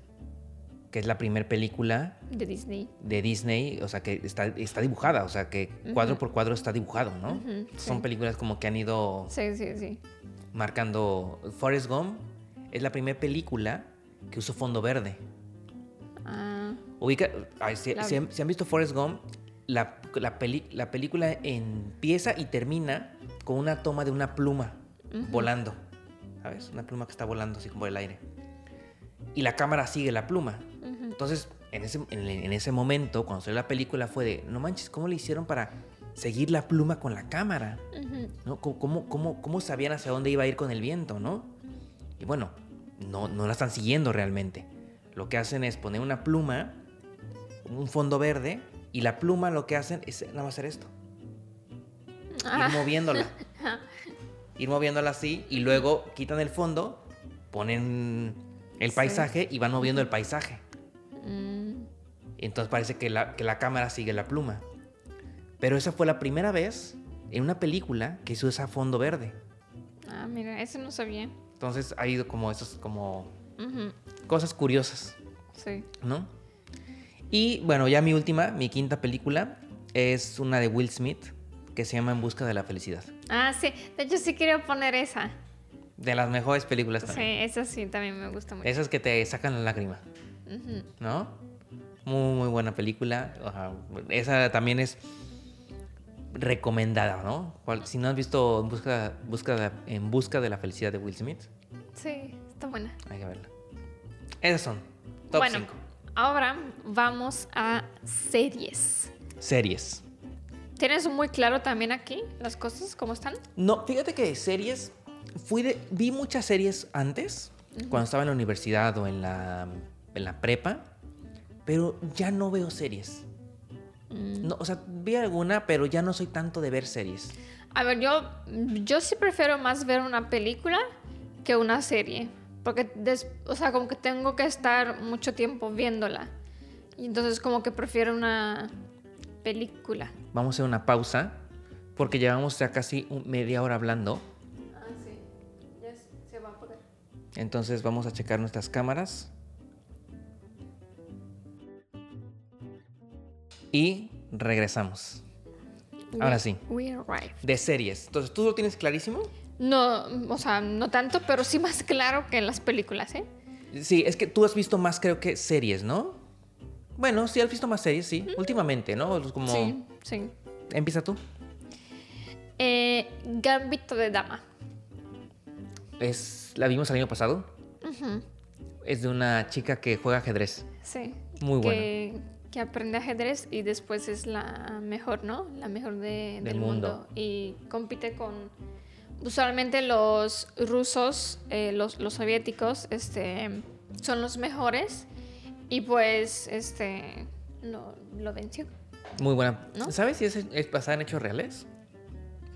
Speaker 2: que es la primera película
Speaker 1: de Disney.
Speaker 2: de Disney, o sea, que está, está dibujada, o sea, que cuadro por cuadro está dibujado, ¿no?
Speaker 1: Ujú,
Speaker 2: Son
Speaker 1: sí.
Speaker 2: películas como que han ido
Speaker 1: Sí, sí, sí.
Speaker 2: marcando. Forrest Gump es la primera película que usó fondo verde.
Speaker 1: Ah,
Speaker 2: Ubica, ay, si,
Speaker 1: La-
Speaker 2: si han, si han visto Forrest Gump, la, la peli- la película empieza y termina con una toma de una pluma volando. ¿Sabes? Una pluma que está volando así como por el aire. Y la cámara sigue la pluma. Entonces, en ese, en, en ese momento, cuando salió la película, fue de, no manches, ¿cómo le hicieron para seguir la pluma con la cámara?
Speaker 1: ujú.
Speaker 2: ¿no? ¿Cómo- ¿Cómo, cómo, cómo sabían hacia dónde iba a ir con el viento, no? Y bueno, no, no la están siguiendo realmente. Lo que hacen es poner una pluma, un fondo verde, y la pluma lo que hacen es nada más hacer esto.
Speaker 1: Ah.
Speaker 2: Ir moviéndola. ir moviéndola así, y luego quitan el fondo, ponen el
Speaker 1: Sí.
Speaker 2: paisaje y van moviendo el paisaje.
Speaker 1: Mm,
Speaker 2: Entonces parece que la, que la cámara sigue la pluma. Pero esa fue la primera vez en una película que se usa fondo verde.
Speaker 1: ah, mira, eso no sabía.
Speaker 2: Entonces ha ido como esas como
Speaker 1: Ujú,
Speaker 2: cosas curiosas,
Speaker 1: Sí.
Speaker 2: ¿no? Y bueno, ya mi última, mi quinta película es una de Will Smith que se llama En busca de la felicidad.
Speaker 1: Ah, sí. De hecho, sí quiero poner esa.
Speaker 2: De las mejores películas
Speaker 1: Sí,
Speaker 2: también.
Speaker 1: esa sí también me gusta mucho.
Speaker 2: Esas que te sacan la lágrima,
Speaker 1: Ujú.
Speaker 2: ¿no? Muy muy buena película. Ajá, Esa también es recomendada, ¿no? Cual- Si no has visto En busca, busca- en busca de la felicidad de Will Smith,
Speaker 1: Eh. Sí, está buena.
Speaker 2: hay que verla. Esas son top
Speaker 1: bueno,
Speaker 2: 5
Speaker 1: ahora vamos a series.
Speaker 2: series.
Speaker 1: ¿Tienes muy claro también aquí las cosas, cómo están?
Speaker 2: No, fíjate que series, fui de- vi muchas series antes, cuando estaba en la universidad o en la, en la prepa, pero ya no veo series. No, o sea, vi alguna, pero ya no soy tanto de ver series.
Speaker 1: A ver, yo, yo sí prefiero más ver una película que una serie. Porque, des- o sea, como que tengo que estar mucho tiempo viéndola. Y entonces como que prefiero una película.
Speaker 2: Vamos a hacer una pausa, porque llevamos ya casi un- media hora hablando.
Speaker 1: Ah, sí. Ya se va a poder.
Speaker 2: Entonces vamos a checar nuestras cámaras. Y regresamos. Ahora sí.
Speaker 1: We arrive.
Speaker 2: De series. Entonces, ¿tú lo tienes clarísimo?
Speaker 1: No, o sea, no tanto, pero sí más claro que en las películas, ¿eh?
Speaker 2: Sí, es que tú has visto más, creo que, series, ¿no? Bueno, sí, has visto más series, sí. Últimamente, ¿no? Es Como...
Speaker 1: Sí, sí.
Speaker 2: Empieza tú.
Speaker 1: Eh, Gambito de Dama.
Speaker 2: Es... La vimos el año pasado. Es de una chica que juega ajedrez.
Speaker 1: Sí.
Speaker 2: Muy
Speaker 1: que, Que aprende ajedrez y después es la mejor, ¿no? La mejor de-
Speaker 2: Del
Speaker 1: del mundo.
Speaker 2: mundo.
Speaker 1: Y compite con. Usualmente los rusos, eh, los, los soviéticos, este, son los mejores. Y pues, este. Lo, lo venció.
Speaker 2: Muy buena.
Speaker 1: ¿No?
Speaker 2: ¿Sabes si es, es basada en hechos reales?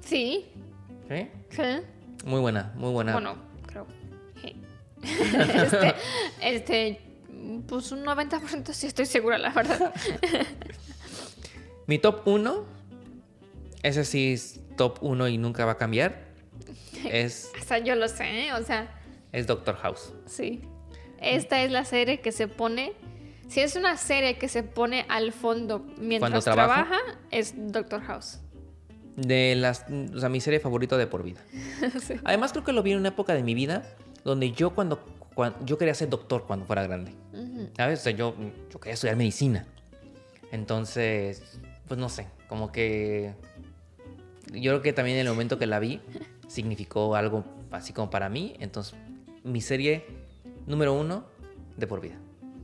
Speaker 1: Sí.
Speaker 2: ¿Sí?
Speaker 1: sí.
Speaker 2: Muy buena, muy buena.
Speaker 1: Bueno, creo. Sí. este, este, pues un 90% sí estoy segura, la verdad.
Speaker 2: Mi top 1, ese sí es top 1 y nunca va a cambiar, es,
Speaker 1: Hasta yo lo sé, ¿eh? o sea,
Speaker 2: es Doctor House.
Speaker 1: sí. Esta es la serie que se pone. Si es una serie que se pone al fondo mientras
Speaker 2: trabaja?
Speaker 1: trabaja, es Doctor House.
Speaker 2: De las. O sea, mi serie favorita de por vida.
Speaker 1: Sí.
Speaker 2: Además, creo que lo vi en una época de mi vida donde yo cuando. cuan- yo quería ser doctor cuando fuera grande.
Speaker 1: Ujú.
Speaker 2: ¿Sabes? O sea, yo, yo quería estudiar medicina. Entonces, pues no sé, como que... Yo creo que también el momento que la vi significó algo así como para mí. Entonces, mi serie número uno de por vida.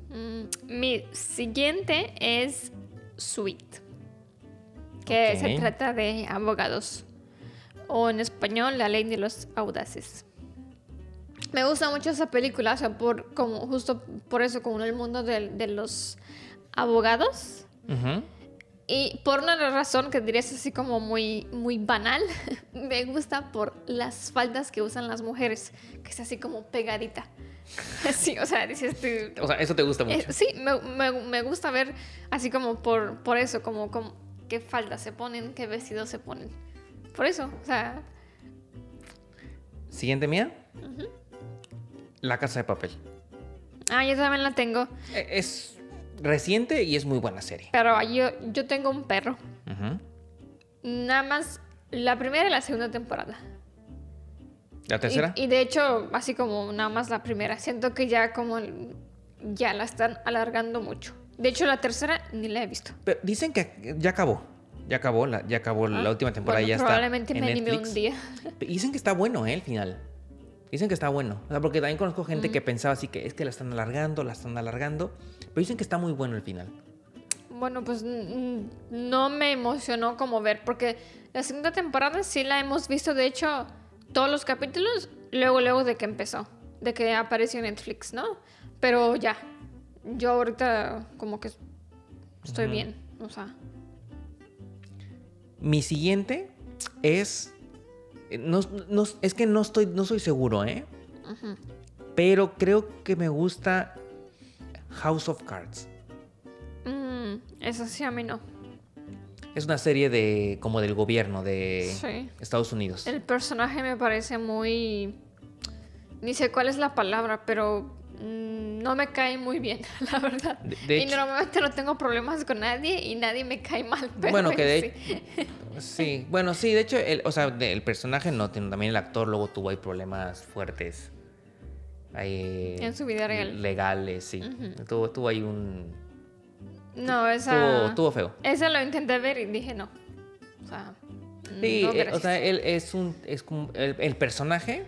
Speaker 1: Mm, Mi siguiente es Sweet, que se
Speaker 2: Ok.
Speaker 1: trata de abogados, o en español La Ley de los Audaces. Me gusta mucho esa película, o sea, por, como, justo por eso, como el mundo del- de, los abogados.
Speaker 2: Ujú.
Speaker 1: Y por una razón que dirías así como muy, muy banal, me gusta por las faldas que usan las mujeres, que es así como pegadita. Así, o sea, dices tú,
Speaker 2: O sea, eso te gusta
Speaker 1: eh,
Speaker 2: mucho.
Speaker 1: sí, me, me- me gusta ver así como por, por eso, como, como qué faldas se ponen, qué vestidos se ponen. Por eso, o sea,
Speaker 2: Siguiente mía. La casa de papel.
Speaker 1: ah, yo también la tengo,
Speaker 2: E- Es reciente y es muy buena serie.
Speaker 1: pero yo, yo tengo un perro.
Speaker 2: Ujú.
Speaker 1: Nada más la primera y la segunda temporada.
Speaker 2: La tercera.
Speaker 1: Y, y de hecho, así como nada más la primera, siento que ya como el- ya la están alargando mucho. De hecho, la tercera ni la he visto.
Speaker 2: Pero dicen que ya acabó. Ya acabó la, ya acabó la última temporada.
Speaker 1: Ah, Bueno,
Speaker 2: y ya está
Speaker 1: probablemente
Speaker 2: en
Speaker 1: me animé
Speaker 2: Netflix.
Speaker 1: un día.
Speaker 2: Dicen que está bueno, ¿eh? El final. Dicen que está bueno. O sea, porque también conozco gente que pensaba así que es que la están alargando, la están alargando. Pero dicen que está muy bueno el final.
Speaker 1: Bueno, pues n- n- no me emocionó como ver, porque la segunda temporada sí la hemos visto, de hecho, todos los capítulos, luego, luego de que empezó, de que apareció en Netflix, ¿no? Pero ya, yo ahorita como que estoy
Speaker 2: Ujú.
Speaker 1: bien, o sea,
Speaker 2: Mi siguiente es. eh, No, no- es que no estoy. No soy seguro, ¿eh?
Speaker 1: ujú.
Speaker 2: Pero creo que me gusta House of Cards.
Speaker 1: Mm, eso sí a mí no.
Speaker 2: Es una serie de. como del gobierno de
Speaker 1: Sí.
Speaker 2: Estados Unidos.
Speaker 1: El personaje me parece muy... Ni sé cuál es la palabra, pero mm, no me cae muy bien, la verdad.
Speaker 2: De- de
Speaker 1: y
Speaker 2: hecho-
Speaker 1: normalmente no tengo problemas con nadie y nadie me cae mal. Pero
Speaker 2: Bueno, que de
Speaker 1: él sí.
Speaker 2: Sí, bueno, sí, de hecho, el, o sea, de- el personaje no, tiene- también el actor luego tuvo ahí problemas fuertes. ahí,
Speaker 1: En su vida real.
Speaker 2: Legales, sí.
Speaker 1: Ujú.
Speaker 2: tuvo, tuvo ahí un...
Speaker 1: No,
Speaker 2: Tuvo,
Speaker 1: esa...
Speaker 2: tuvo feo.
Speaker 1: Esa lo intenté ver y dije no. O sea, mm,
Speaker 2: Sí,
Speaker 1: no,
Speaker 2: eh, o
Speaker 1: gracias.
Speaker 2: sea, él es un... Es como, el, el personaje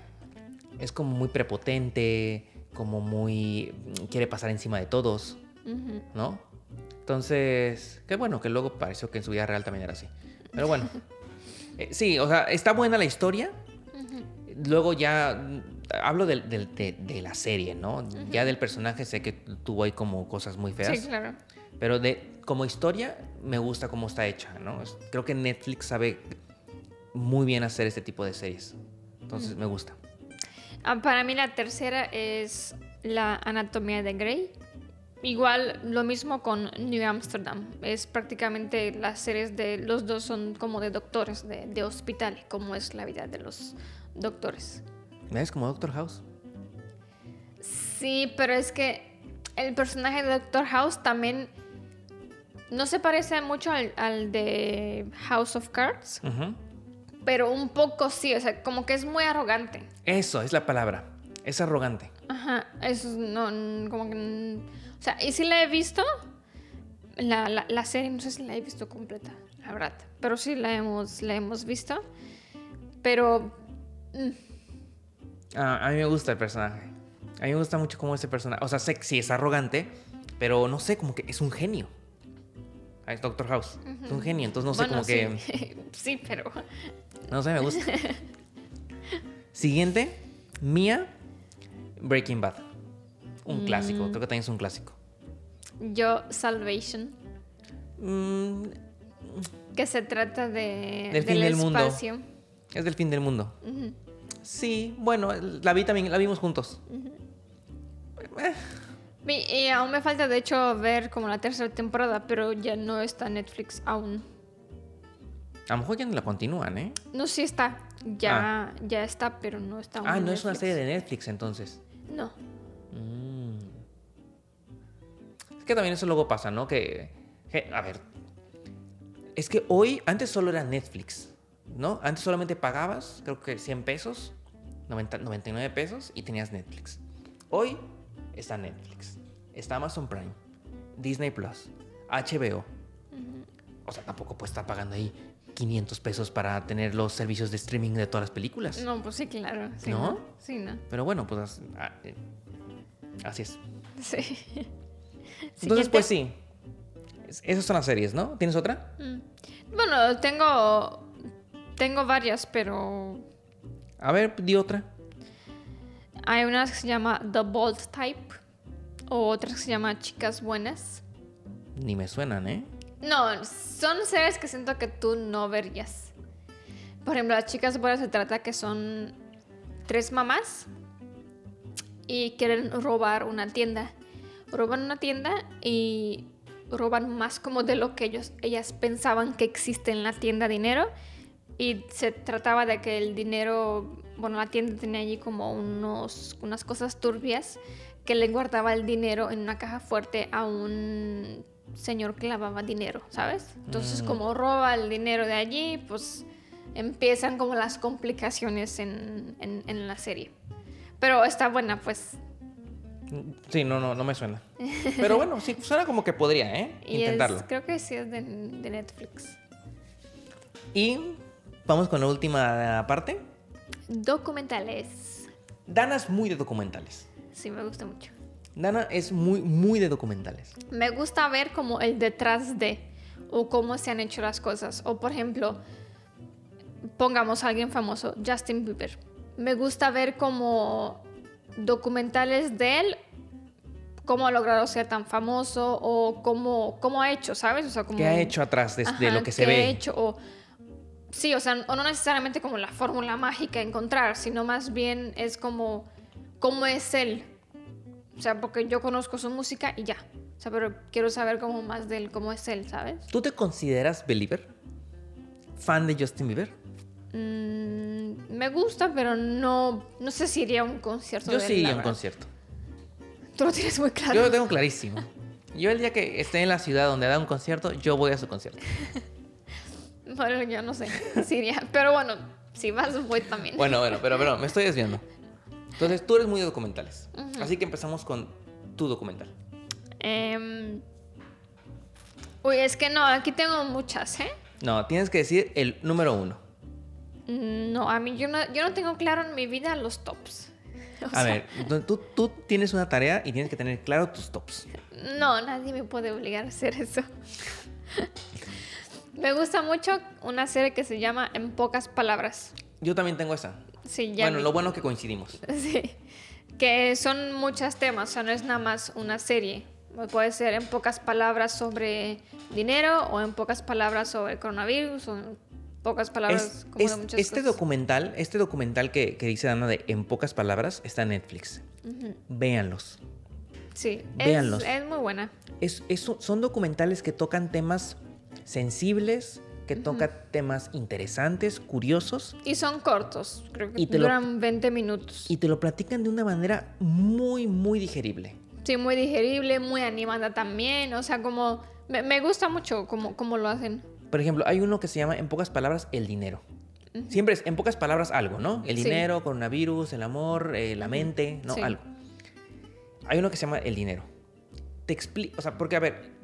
Speaker 2: es como muy prepotente, como muy... mm, quiere pasar encima de todos,
Speaker 1: Ujú.
Speaker 2: ¿no? Entonces, qué bueno que luego pareció que en su vida real también era así. Pero bueno. Eh, sí, o sea, está buena la historia. Luego ya mm, hablo del- del- de, de la serie, ¿no? Ya del personaje sé que tuvo ahí como cosas muy feas,
Speaker 1: Sí, claro.
Speaker 2: pero de como historia me gusta cómo está hecha, ¿no? Es- Creo que Netflix sabe muy bien hacer este tipo de series, entonces me gusta.
Speaker 1: Ah, Para mí la tercera es la anatomía de Grey. Igual lo mismo con New Amsterdam. Es prácticamente las series de los dos son como de doctores, de, de hospital, como es la vida de los doctores.
Speaker 2: ¿Ves? Como Doctor House.
Speaker 1: Sí, pero es que el personaje de Doctor House también no se parece mucho al, al de House of Cards,
Speaker 2: Ujú.
Speaker 1: pero un poco sí, o sea, como que es muy arrogante.
Speaker 2: Eso es la palabra. Es arrogante.
Speaker 1: Ajá, eso es- no, n- como que... n- O sea, y sí la he visto, la, la- la serie, no sé si la he visto completa, la verdad, pero sí la hemos, la hemos visto, pero
Speaker 2: Ah, a mí me gusta el personaje. A mí me gusta mucho cómo ese personaje. O sea, sé que sí es arrogante, pero no sé, como que es un genio. Ah, Es Doctor House. Es un genio, entonces no sé,
Speaker 1: bueno,
Speaker 2: como que.
Speaker 1: sí, sí, pero...
Speaker 2: No sé, me gusta. Siguiente, Mia, Breaking Bad. Un
Speaker 1: Mm.
Speaker 2: clásico, creo que también es un clásico.
Speaker 1: Yo, Salvation,
Speaker 2: Mm,
Speaker 1: que se trata de...
Speaker 2: Del fin del mundo.
Speaker 1: espacio.
Speaker 2: es del fin del mundo.
Speaker 1: Ujú.
Speaker 2: Sí, bueno, la vi también, la vimos juntos.
Speaker 1: Y, y aún me falta, de hecho, ver como la tercera temporada, pero ya no está en Netflix aún.
Speaker 2: A lo mejor ya no la continúan, ¿eh?
Speaker 1: No, sí está, ya, ya está, pero no está aún
Speaker 2: Ah,
Speaker 1: en
Speaker 2: no es una
Speaker 1: Netflix.
Speaker 2: serie de Netflix entonces.
Speaker 1: No.
Speaker 2: Mm. Es que también eso luego pasa, ¿no? Que, que- a ver, es que hoy, antes solo era Netflix. ¿no? Antes solamente pagabas, creo que 100 pesos, 90 99 pesos y tenías Netflix. Hoy está Netflix, está Amazon Prime, Disney Plus, HBO. O sea, tampoco puedes estar pagando ahí 500 pesos para tener los servicios de streaming de todas las películas.
Speaker 1: No, pues sí, claro. Sí,
Speaker 2: ¿No?
Speaker 1: Sí, no.
Speaker 2: Pero bueno, pues as- a- eh, así es.
Speaker 1: Sí.
Speaker 2: Entonces,
Speaker 1: Siguiente.
Speaker 2: pues sí. Es- Esas son las series, ¿no? ¿Tienes otra?
Speaker 1: Mm. Bueno, tengo. Tengo varias, pero.
Speaker 2: A ver, di otra.
Speaker 1: Hay una que se llama The Bold Type. O otra que se llama Chicas Buenas.
Speaker 2: Ni me suenan, ¿eh?
Speaker 1: No, son series que siento que tú no verías. Por ejemplo, las chicas buenas se trata que son tres mamás y quieren robar una tienda. Roban una tienda y roban más como de lo que ellos, ellas pensaban que existe en la tienda dinero. Y se trataba de que el dinero, bueno, la tienda tenía allí como unos, unas cosas turbias que le guardaba el dinero en una caja fuerte a un señor que lavaba dinero, ¿sabes? Entonces
Speaker 2: Mm.
Speaker 1: como roba el dinero de allí, pues empiezan como las complicaciones en, en- en la serie. Pero está buena, pues.
Speaker 2: Sí, no, no, no me suena. Pero bueno, sí, suena como que podría, ¿eh?
Speaker 1: Y es-
Speaker 2: Intentarlo.
Speaker 1: creo que sí es de, de Netflix.
Speaker 2: Y vamos con la última parte.
Speaker 1: Documentales.
Speaker 2: Dana es muy de documentales.
Speaker 1: Sí, me gusta mucho.
Speaker 2: Dana es muy, muy de documentales.
Speaker 1: Me gusta ver como el detrás de o cómo se han hecho las cosas. O por ejemplo, pongamos a alguien famoso, Justin Bieber. Me gusta ver como documentales de él, cómo ha logrado ser tan famoso o cómo, cómo ha hecho, ¿sabes? O sea, como,
Speaker 2: ¿Qué ha hecho atrás de, de
Speaker 1: Mm. Ajá,
Speaker 2: lo que se
Speaker 1: qué ha
Speaker 2: ve?
Speaker 1: hecho o sí, o sea, o no necesariamente como la fórmula mágica a encontrar, sino más bien es como cómo es él. O sea, porque yo conozco su música y ya. O sea, pero quiero saber como más de él, cómo es él, ¿sabes?
Speaker 2: ¿Tú te consideras believer? ¿Fan de Justin Bieber?
Speaker 1: Mm, me gusta, pero no no sé si iría a un concierto
Speaker 2: Yo
Speaker 1: de él,
Speaker 2: sí
Speaker 1: la
Speaker 2: iría a un
Speaker 1: verdad.
Speaker 2: concierto.
Speaker 1: Tú lo tienes muy claro.
Speaker 2: Yo lo tengo clarísimo. Yo el día que esté en la ciudad donde da un concierto, yo voy a su concierto.
Speaker 1: Bueno, yo no sé si iría, pero bueno, si vas voy también.
Speaker 2: Bueno, bueno, pero, pero me estoy desviando. Entonces, tú eres muy de documentales.
Speaker 1: Ujú.
Speaker 2: Así que empezamos con tu documental.
Speaker 1: Em, uy, es que no, aquí tengo muchas, ¿eh?
Speaker 2: No, tienes que decir el número uno.
Speaker 1: Mm, No, a mí yo no, yo no tengo claro en mi vida los tops. O
Speaker 2: A
Speaker 1: sea,
Speaker 2: ver, entonces tú, tú tienes una tarea y tienes que tener claro tus tops.
Speaker 1: No, nadie me puede obligar a hacer eso. me gusta mucho una serie que se llama En pocas palabras.
Speaker 2: Yo también tengo esa.
Speaker 1: Sí, ya
Speaker 2: bueno,
Speaker 1: vi.
Speaker 2: lo bueno es que coincidimos.
Speaker 1: Sí. Que son muchos temas, o sea, no es nada más una serie. Puede ser en pocas palabras sobre dinero o en pocas palabras sobre coronavirus o en pocas palabras
Speaker 2: Es-
Speaker 1: como
Speaker 2: es-
Speaker 1: de muchas
Speaker 2: este
Speaker 1: cosas.
Speaker 2: documental, este documental que, que dice Dana de En pocas palabras, está en Netflix.
Speaker 1: Ujú.
Speaker 2: Véanlos.
Speaker 1: Sí,
Speaker 2: Véanlos.
Speaker 1: es, es muy buena.
Speaker 2: Es, es un- son documentales que tocan temas sensibles, que tocan temas interesantes, curiosos,
Speaker 1: Y son cortos, creo que
Speaker 2: Y te lo-
Speaker 1: duran 20 minutos.
Speaker 2: y te lo platican de una manera muy, muy digerible.
Speaker 1: Sí, muy digerible, muy animada también. O sea, como. Me, me gusta mucho cómo, cómo lo hacen.
Speaker 2: Por ejemplo, hay uno que se llama, en pocas palabras, el dinero. Siempre es, en pocas palabras, algo, ¿no? El
Speaker 1: Sí.
Speaker 2: dinero, coronavirus, el amor, eh, la mente, ¿no?
Speaker 1: Sí.
Speaker 2: Algo. Hay uno que se llama el dinero. Te explico, o sea, porque, a ver,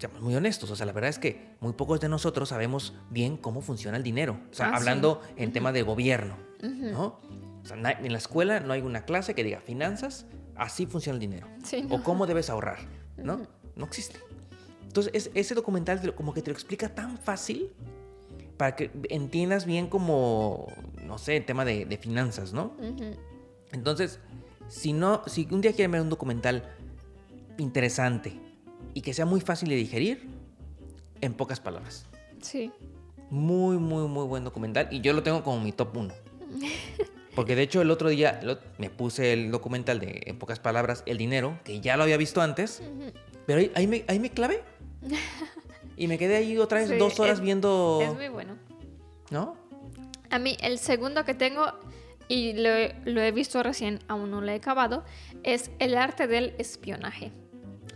Speaker 2: seamos muy honestos, o sea, la verdad es que muy pocos de nosotros sabemos bien cómo funciona el dinero. O sea,
Speaker 1: Ah, sí.
Speaker 2: hablando en tema de gobierno, ¿no? O sea, na- en la escuela no hay una clase que diga finanzas, así funciona el dinero.
Speaker 1: Sí,
Speaker 2: O
Speaker 1: no.
Speaker 2: cómo debes ahorrar, ¿no? No existe. Entonces, es- ese documental te lo- como que te lo explica tan fácil para que entiendas bien como, no sé, el tema de, de finanzas, ¿no?
Speaker 1: Ujú.
Speaker 2: Entonces, si no, si un día quieren ver un documental interesante y que sea muy fácil de digerir, en pocas palabras.
Speaker 1: Sí.
Speaker 2: Muy, muy, muy buen documental y yo lo tengo como mi top 1. Porque de hecho el otro día el ot- me puse el documental de, en pocas palabras, El Dinero, que ya lo había visto antes, pero ahí, ahí me, ahí me clavé. Y me quedé ahí otra vez
Speaker 1: Sí,
Speaker 2: dos horas
Speaker 1: es-
Speaker 2: viendo...
Speaker 1: Es muy bueno.
Speaker 2: ¿No?
Speaker 1: A mí, el segundo que tengo, y lo, he- lo he visto recién, aún no lo he acabado, es El arte del espionaje.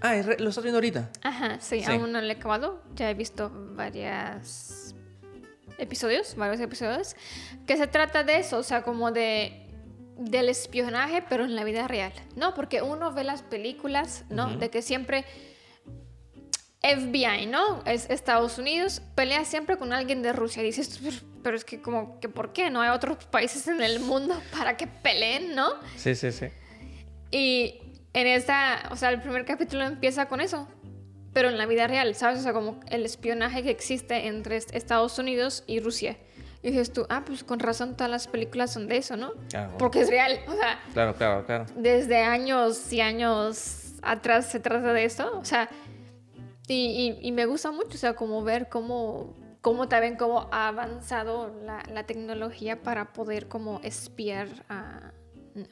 Speaker 2: Ah, es re- lo estás viendo ahorita.
Speaker 1: Ajá, sí,
Speaker 2: Sí.
Speaker 1: aún no lo he acabado. Ya he visto varias episodios, varios episodios, que se trata de eso, o sea, como de del espionaje, pero en la vida real, ¿no? Porque uno ve las películas, ¿no?
Speaker 2: Ujú.
Speaker 1: De que siempre FBI, ¿no? Es Estados Unidos, pelea siempre con alguien de Rusia. Y dices, "Pero- pero es que como que ¿por qué? No hay otros países en el mundo para que peleen, ¿no?
Speaker 2: Sí, sí, sí.
Speaker 1: Y en esta, o sea, el primer capítulo empieza con eso, pero en la vida real, ¿sabes? O sea, como el espionaje que existe entre est- Estados Unidos y Rusia. Y dices tú, ah, pues con razón todas las películas son de eso, ¿no?
Speaker 2: Ah, bueno.
Speaker 1: Porque es real, o sea,
Speaker 2: Claro, claro, claro.
Speaker 1: desde años y años atrás se trata de esto, o sea, y, y- y me gusta mucho, o sea, como ver cómo, cómo también cómo ha avanzado la, la tecnología para poder como espiar a,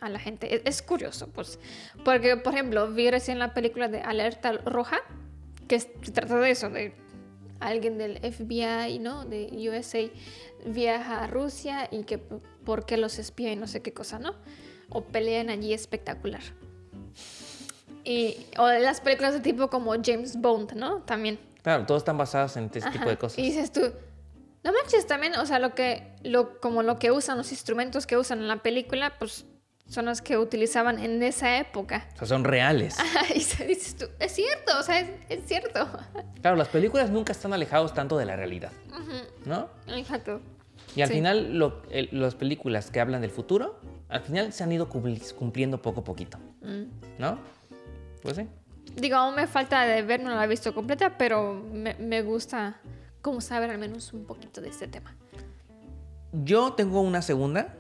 Speaker 1: a la gente. E, Es, es curioso, pues, porque, por ejemplo, vi recién la película de Alerta Roja, que es- se trata de eso, de alguien del FBI, ¿no? De USA viaja a Rusia y que p- por qué los espía y no sé qué cosa, ¿no? O pelean allí espectacular. Y, o de las películas de tipo como James Bond, ¿no? También.
Speaker 2: Claro, todos están basados en este tipo
Speaker 1: Ajá.
Speaker 2: de cosas.
Speaker 1: Y dices tú, no manches también, o sea, lo que, lo, como lo que usan, los instrumentos que usan en la película, pues son los que utilizaban en esa época.
Speaker 2: O sea, son reales.
Speaker 1: y se- dices tú, es cierto, o sea, es, es cierto.
Speaker 2: Claro, las películas nunca están alejados tanto de la realidad, ¿no?
Speaker 1: Exacto.
Speaker 2: Y al
Speaker 1: Sí.
Speaker 2: final, lo- el- las películas que hablan del futuro, al final se han ido cumpli- cumpliendo poco a poquito,
Speaker 1: Mm.
Speaker 2: ¿no? Pues sí.
Speaker 1: Digo, aún me falta de ver, no la he visto completa, pero me, me gusta como saber al menos un poquito de este tema.
Speaker 2: Yo tengo una segunda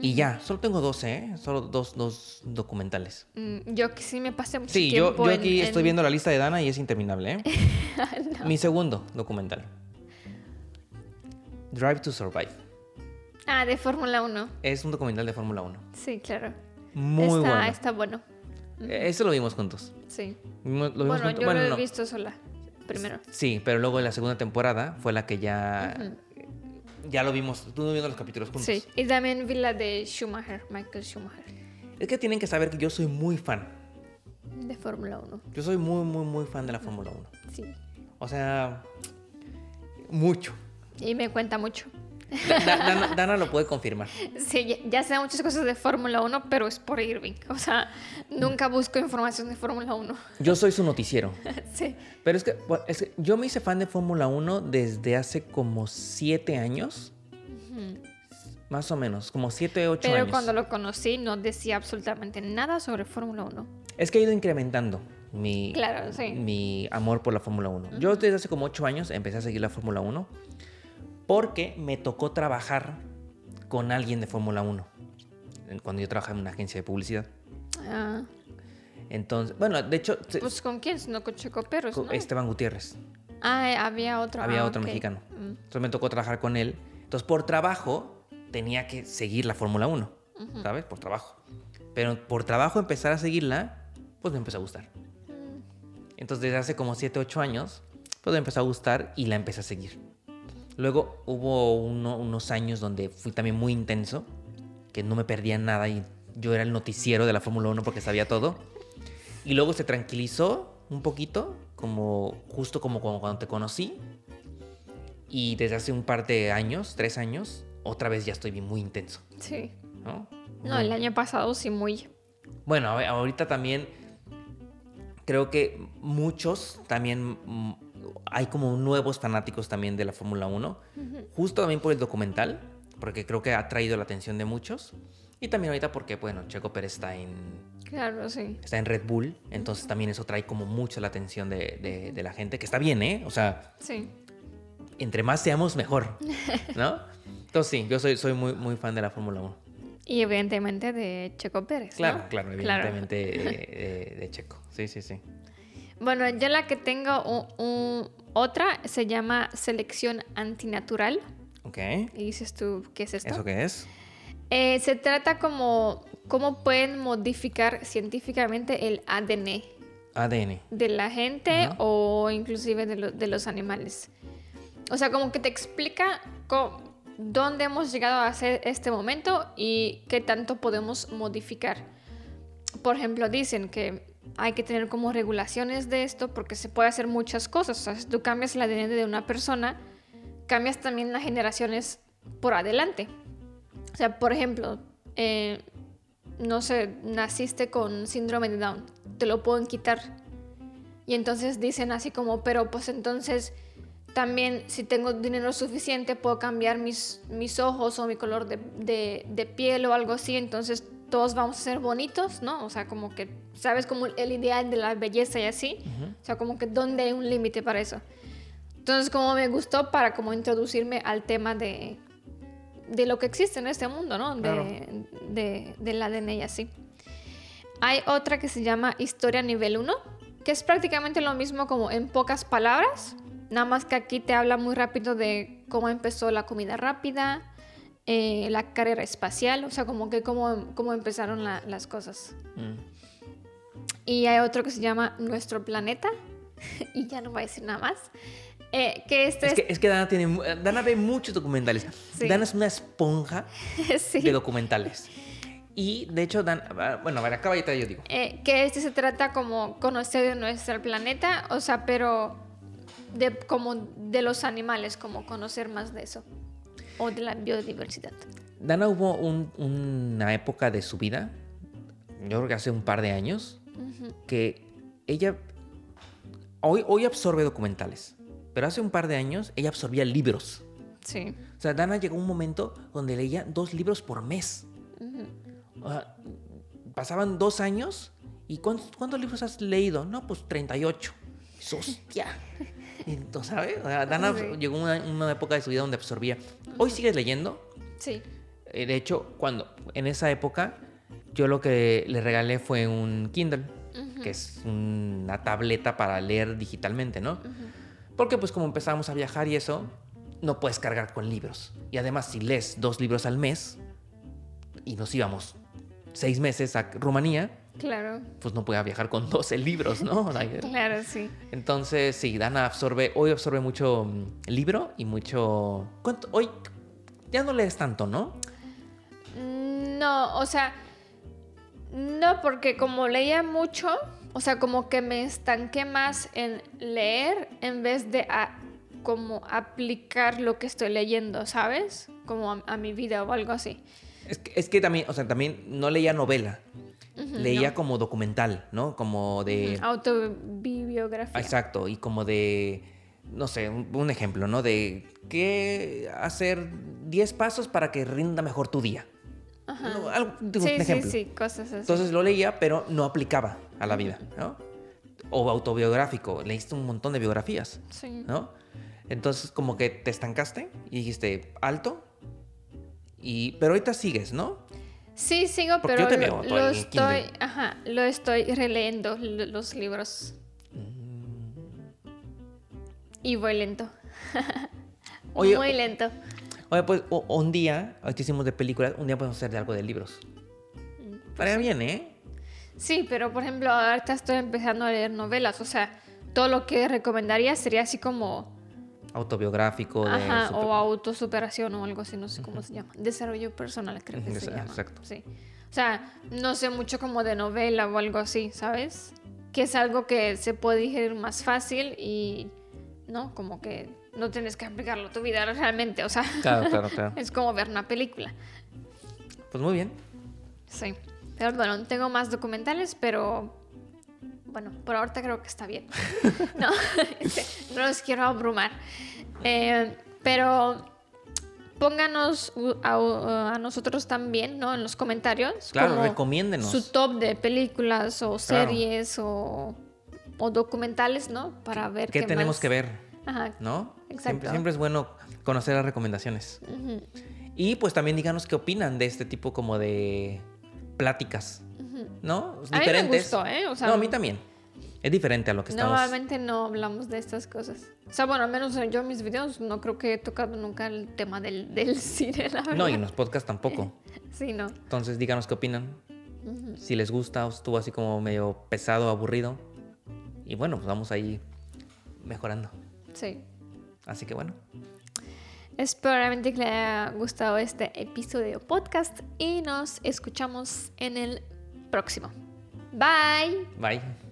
Speaker 2: y ya, solo tengo 12, ¿eh? Solo dos, dos documentales.
Speaker 1: Mm, Yo que sí me pasé mucho
Speaker 2: Sí, yo,
Speaker 1: tiempo
Speaker 2: yo
Speaker 1: en-
Speaker 2: aquí estoy
Speaker 1: en- Ah,
Speaker 2: viendo la lista de Dana y es interminable, ¿eh? Mi segundo documental. Drive to Survive.
Speaker 1: Ah, de Fórmula 1.
Speaker 2: Es un documental de Fórmula 1.
Speaker 1: Sí, claro.
Speaker 2: Muy
Speaker 1: está,
Speaker 2: bueno.
Speaker 1: está bueno.
Speaker 2: Eh, Eso lo vimos juntos.
Speaker 1: Sí.
Speaker 2: Vimos- lo vimos
Speaker 1: Bueno,
Speaker 2: juntos.
Speaker 1: yo lo he
Speaker 2: no.
Speaker 1: visto sola. Primero.
Speaker 2: Sí, pero luego en la segunda temporada fue la que ya... Ya lo vimos, estuvimos viendo los capítulos juntos.
Speaker 1: Sí. Y también vi la de Schumacher, Michael Schumacher,
Speaker 2: Es que tienen que saber que yo soy muy fan.
Speaker 1: de Fórmula 1.
Speaker 2: Yo soy muy, muy, muy fan de la Fórmula 1.
Speaker 1: Sí.
Speaker 2: O sea, mucho.
Speaker 1: Y me cuenta mucho.
Speaker 2: Da- Dana, Dana lo puede confirmar.
Speaker 1: Sí, ya- ya sé muchas cosas de Fórmula 1, pero es por Irving. O sea, nunca busco información de Fórmula 1.
Speaker 2: Yo soy su noticiero.
Speaker 1: Sí.
Speaker 2: Pero es que, bueno, es que yo me hice fan de Fórmula 1 desde hace como 7 años. Más o menos, como 7, 8
Speaker 1: Pero
Speaker 2: años.
Speaker 1: cuando lo conocí no decía absolutamente nada sobre Fórmula 1.
Speaker 2: Es que he ido incrementando mi,
Speaker 1: Claro, sí.
Speaker 2: mi amor por la Fórmula 1. Yo desde hace como 8 años empecé a seguir la Fórmula 1 porque me tocó trabajar con alguien de Fórmula 1 en- cuando yo trabajaba en una agencia de publicidad.
Speaker 1: Ah,
Speaker 2: Entonces, bueno, de hecho, se-
Speaker 1: pues con quién, no con Checo Pérez,
Speaker 2: con
Speaker 1: ¿no?
Speaker 2: Esteban Gutiérrez,
Speaker 1: Ah, eh, había otro.
Speaker 2: había
Speaker 1: ah,
Speaker 2: otro
Speaker 1: ok.
Speaker 2: mexicano.
Speaker 1: Mm,
Speaker 2: Entonces me tocó trabajar con él. Entonces por trabajo tenía que seguir la Fórmula 1, ¿sabes? Por trabajo. Pero por trabajo empezar a seguirla, pues me empezó a gustar.
Speaker 1: Mm.
Speaker 2: Entonces desde hace como 7, 8 años, pues me empezó a gustar y la empecé a seguir. Luego hubo uno- unos años donde fui también muy intenso, que no me perdía nada y yo era el noticiero de la Fórmula 1 porque sabía todo. Y luego se tranquilizó un poquito, como justo como cuando, cuando te conocí. Y desde hace un par de años, tres años, otra vez ya estoy bien muy intenso,
Speaker 1: Sí.
Speaker 2: ¿no?
Speaker 1: No, el año pasado sí muy.
Speaker 2: Bueno, a- ahorita también creo que muchos también mm, hay como nuevos fanáticos también de la Fórmula 1, justo también por el documental, porque creo que ha traído la atención de muchos. Y también ahorita porque, bueno, Checo Pérez está en,
Speaker 1: Claro, sí.
Speaker 2: está en Red Bull, entonces también eso trae como mucho la atención de, de- de la gente, que está bien, ¿eh? O sea,
Speaker 1: Sí.
Speaker 2: entre más seamos, mejor, ¿no? Entonces sí, yo soy, soy muy, muy fan de la Fórmula 1.
Speaker 1: Y evidentemente de Checo Pérez. ¿no?
Speaker 2: Claro, claro, evidentemente eh, eh, de Checo. Sí, sí, sí.
Speaker 1: Bueno, yo la que tengo u- u- otra se llama Selección Antinatural.
Speaker 2: Ok.
Speaker 1: Y dices tú, ¿qué es esto?
Speaker 2: ¿Eso qué es?
Speaker 1: Eh, se trata como cómo pueden modificar científicamente el ADN
Speaker 2: ADN.
Speaker 1: de la gente o inclusive de, lo- de los animales. O sea, como que te explica co- dónde hemos llegado a hacer este momento y qué tanto podemos modificar. Por ejemplo, dicen que hay que tener como regulaciones de esto porque se puede hacer muchas cosas. O sea, si tú cambias el ADN de una persona, cambias también las generaciones por adelante. O sea, por ejemplo, eh, no sé, naciste con síndrome de Down, te lo pueden quitar. Y entonces dicen así como, pero pues entonces también si tengo dinero suficiente puedo cambiar mis, mis ojos o mi color de, de, de piel o algo así, entonces todos vamos a ser bonitos, ¿no? O sea, como que, ¿sabes? Como el ideal de la belleza y así.
Speaker 2: Ujú.
Speaker 1: O sea, como que dónde hay un límite para eso. Entonces, como me gustó para como introducirme al tema de, de lo que existe en este mundo, ¿no? De,
Speaker 2: Claro.
Speaker 1: de, del ADN y así. Hay otra que se llama Historia Nivel 1, que es prácticamente lo mismo como en pocas palabras, nada más que aquí te habla muy rápido de cómo empezó la comida rápida, eh, la carrera espacial, o sea, como que cómo, cómo empezaron la- las cosas.
Speaker 2: Mm.
Speaker 1: Y hay otro que se llama Nuestro Planeta. y ya no voy a decir nada más. Eh, que este
Speaker 2: Es
Speaker 1: es...
Speaker 2: que, es que Dana, tiene, mu- Dana ve muchos documentales.
Speaker 1: Sí.
Speaker 2: Dana es una esponja
Speaker 1: sí.
Speaker 2: de documentales. Y de hecho, Dana, bueno, a ver, acaba y te- yo digo.
Speaker 1: Eh, que este se trata como conocer de nuestro planeta, o sea, pero de, como de los animales, como conocer más de eso. O de la biodiversidad.
Speaker 2: Dana hubo un- una época de su vida, yo creo que hace un par de años, que ella hoy, hoy absorbe documentales, pero hace un par de años ella absorbía libros.
Speaker 1: Sí.
Speaker 2: O sea, Dana llegó a un momento donde leía dos libros por mes. O sea, pasaban dos años y ¿cuántos, cuántos libros has leído? No, pues 38. Dices, ¡Hostia! Entonces, ¿sabes? O sea, Dana
Speaker 1: Sí.
Speaker 2: llegó a una, una época de su vida donde absorbía. Hoy sigues leyendo,
Speaker 1: Sí.
Speaker 2: eh, De hecho, cuando en esa época yo lo que le regalé fue un Kindle, que es una tableta para leer digitalmente, ¿no? Porque pues como empezábamos a viajar y eso, no puedes cargar con libros. Y además si lees dos libros al mes y nos íbamos seis meses a Rumanía,
Speaker 1: Claro.
Speaker 2: pues no podía viajar con 12 libros, ¿no? O sea,
Speaker 1: Claro, sí.
Speaker 2: entonces, sí, Dana absorbe, hoy absorbe mucho mm, libro y mucho... ¿Cuánto? Hoy ya no lees tanto, ¿no?
Speaker 1: Mm, No, o sea, no, porque como leía mucho, o sea, como que me estanqué más en leer en vez de a- como aplicar lo que estoy leyendo, ¿sabes? Como a, a mi vida o algo así.
Speaker 2: Es que, es que también, o sea, también no leía novela. leía como documental, ¿no? Como de.
Speaker 1: Autobiografía.
Speaker 2: Exacto, y como de. No sé, un, un ejemplo, ¿no? De qué hacer 10 pasos para que rinda mejor tu día. No, algo- digo,
Speaker 1: Sí,
Speaker 2: un
Speaker 1: sí,
Speaker 2: ejemplo.
Speaker 1: sí, cosas así.
Speaker 2: Entonces lo leía, pero no aplicaba a la vida, ¿no? O autobiográfico, leíste un montón de biografías,
Speaker 1: Sí.
Speaker 2: ¿no? Entonces como que te estancaste y dijiste, alto, y, pero ahorita sigues, ¿no?
Speaker 1: Sí, sigo,
Speaker 2: Porque
Speaker 1: pero
Speaker 2: yo te
Speaker 1: lo,
Speaker 2: leo todo
Speaker 1: lo
Speaker 2: en Kindle.
Speaker 1: estoy, ajá, lo estoy releyendo l- los libros
Speaker 2: Mm.
Speaker 1: y voy lento.
Speaker 2: Oye,
Speaker 1: Muy lento.
Speaker 2: Oye, pues o- un día, ahorita hicimos de películas, un día podemos hacer de algo de libros.
Speaker 1: Mm.
Speaker 2: Estaría bien, ¿eh?
Speaker 1: Sí, pero por ejemplo, ahorita estoy empezando a leer novelas, o sea, todo lo que recomendaría sería así como,
Speaker 2: Autobiográfico. De
Speaker 1: ajá,
Speaker 2: super-
Speaker 1: o autosuperación o algo así, no sé cómo se llama. Desarrollo personal, creo que
Speaker 2: Ujú,
Speaker 1: se
Speaker 2: desa-
Speaker 1: llama.
Speaker 2: exacto.
Speaker 1: Sí. O sea, no sé mucho como de novela o algo así, ¿sabes? Que es algo que se puede digerir más fácil y, ¿no? Como que no tienes que aplicarlo a tu vida realmente, o sea,
Speaker 2: Claro, claro, claro.
Speaker 1: es como ver una película.
Speaker 2: Pues muy bien.
Speaker 1: Sí. Pero bueno, tengo más documentales, pero bueno, por ahorita creo que está bien. no, este, no los quiero abrumar. Eh, pero pónganos u- a, a nosotros también, ¿no? En los comentarios.
Speaker 2: Claro,
Speaker 1: como
Speaker 2: recomiéndenos.
Speaker 1: Su top de películas o
Speaker 2: Claro.
Speaker 1: series o, o documentales, ¿no? Para ver
Speaker 2: ¿Qué, tenemos
Speaker 1: más-
Speaker 2: que ver?
Speaker 1: Ajá.
Speaker 2: ¿No?
Speaker 1: Exacto.
Speaker 2: Siempre, siempre es bueno conocer las recomendaciones.
Speaker 1: Ujú,
Speaker 2: Y pues también díganos qué opinan de este tipo como de pláticas,
Speaker 1: ujú.
Speaker 2: ¿no?
Speaker 1: A mí me
Speaker 2: Diferentes.
Speaker 1: gustó, ¿eh? O sea,
Speaker 2: no, a mí también. Es diferente a lo que estamos.
Speaker 1: Normalmente no hablamos de estas cosas. O sea, bueno, al menos yo en mis videos no creo que he tocado nunca el tema del, del cine, la verdad.
Speaker 2: No, y en los podcasts tampoco.
Speaker 1: Sí, no.
Speaker 2: Entonces díganos qué opinan. Si les gusta o estuvo así como medio pesado, aburrido. Y bueno, pues vamos ahí mejorando.
Speaker 1: Sí.
Speaker 2: Así que bueno,
Speaker 1: Espero realmente que les haya gustado este episodio podcast y nos escuchamos en el próximo. Bye.
Speaker 2: bye.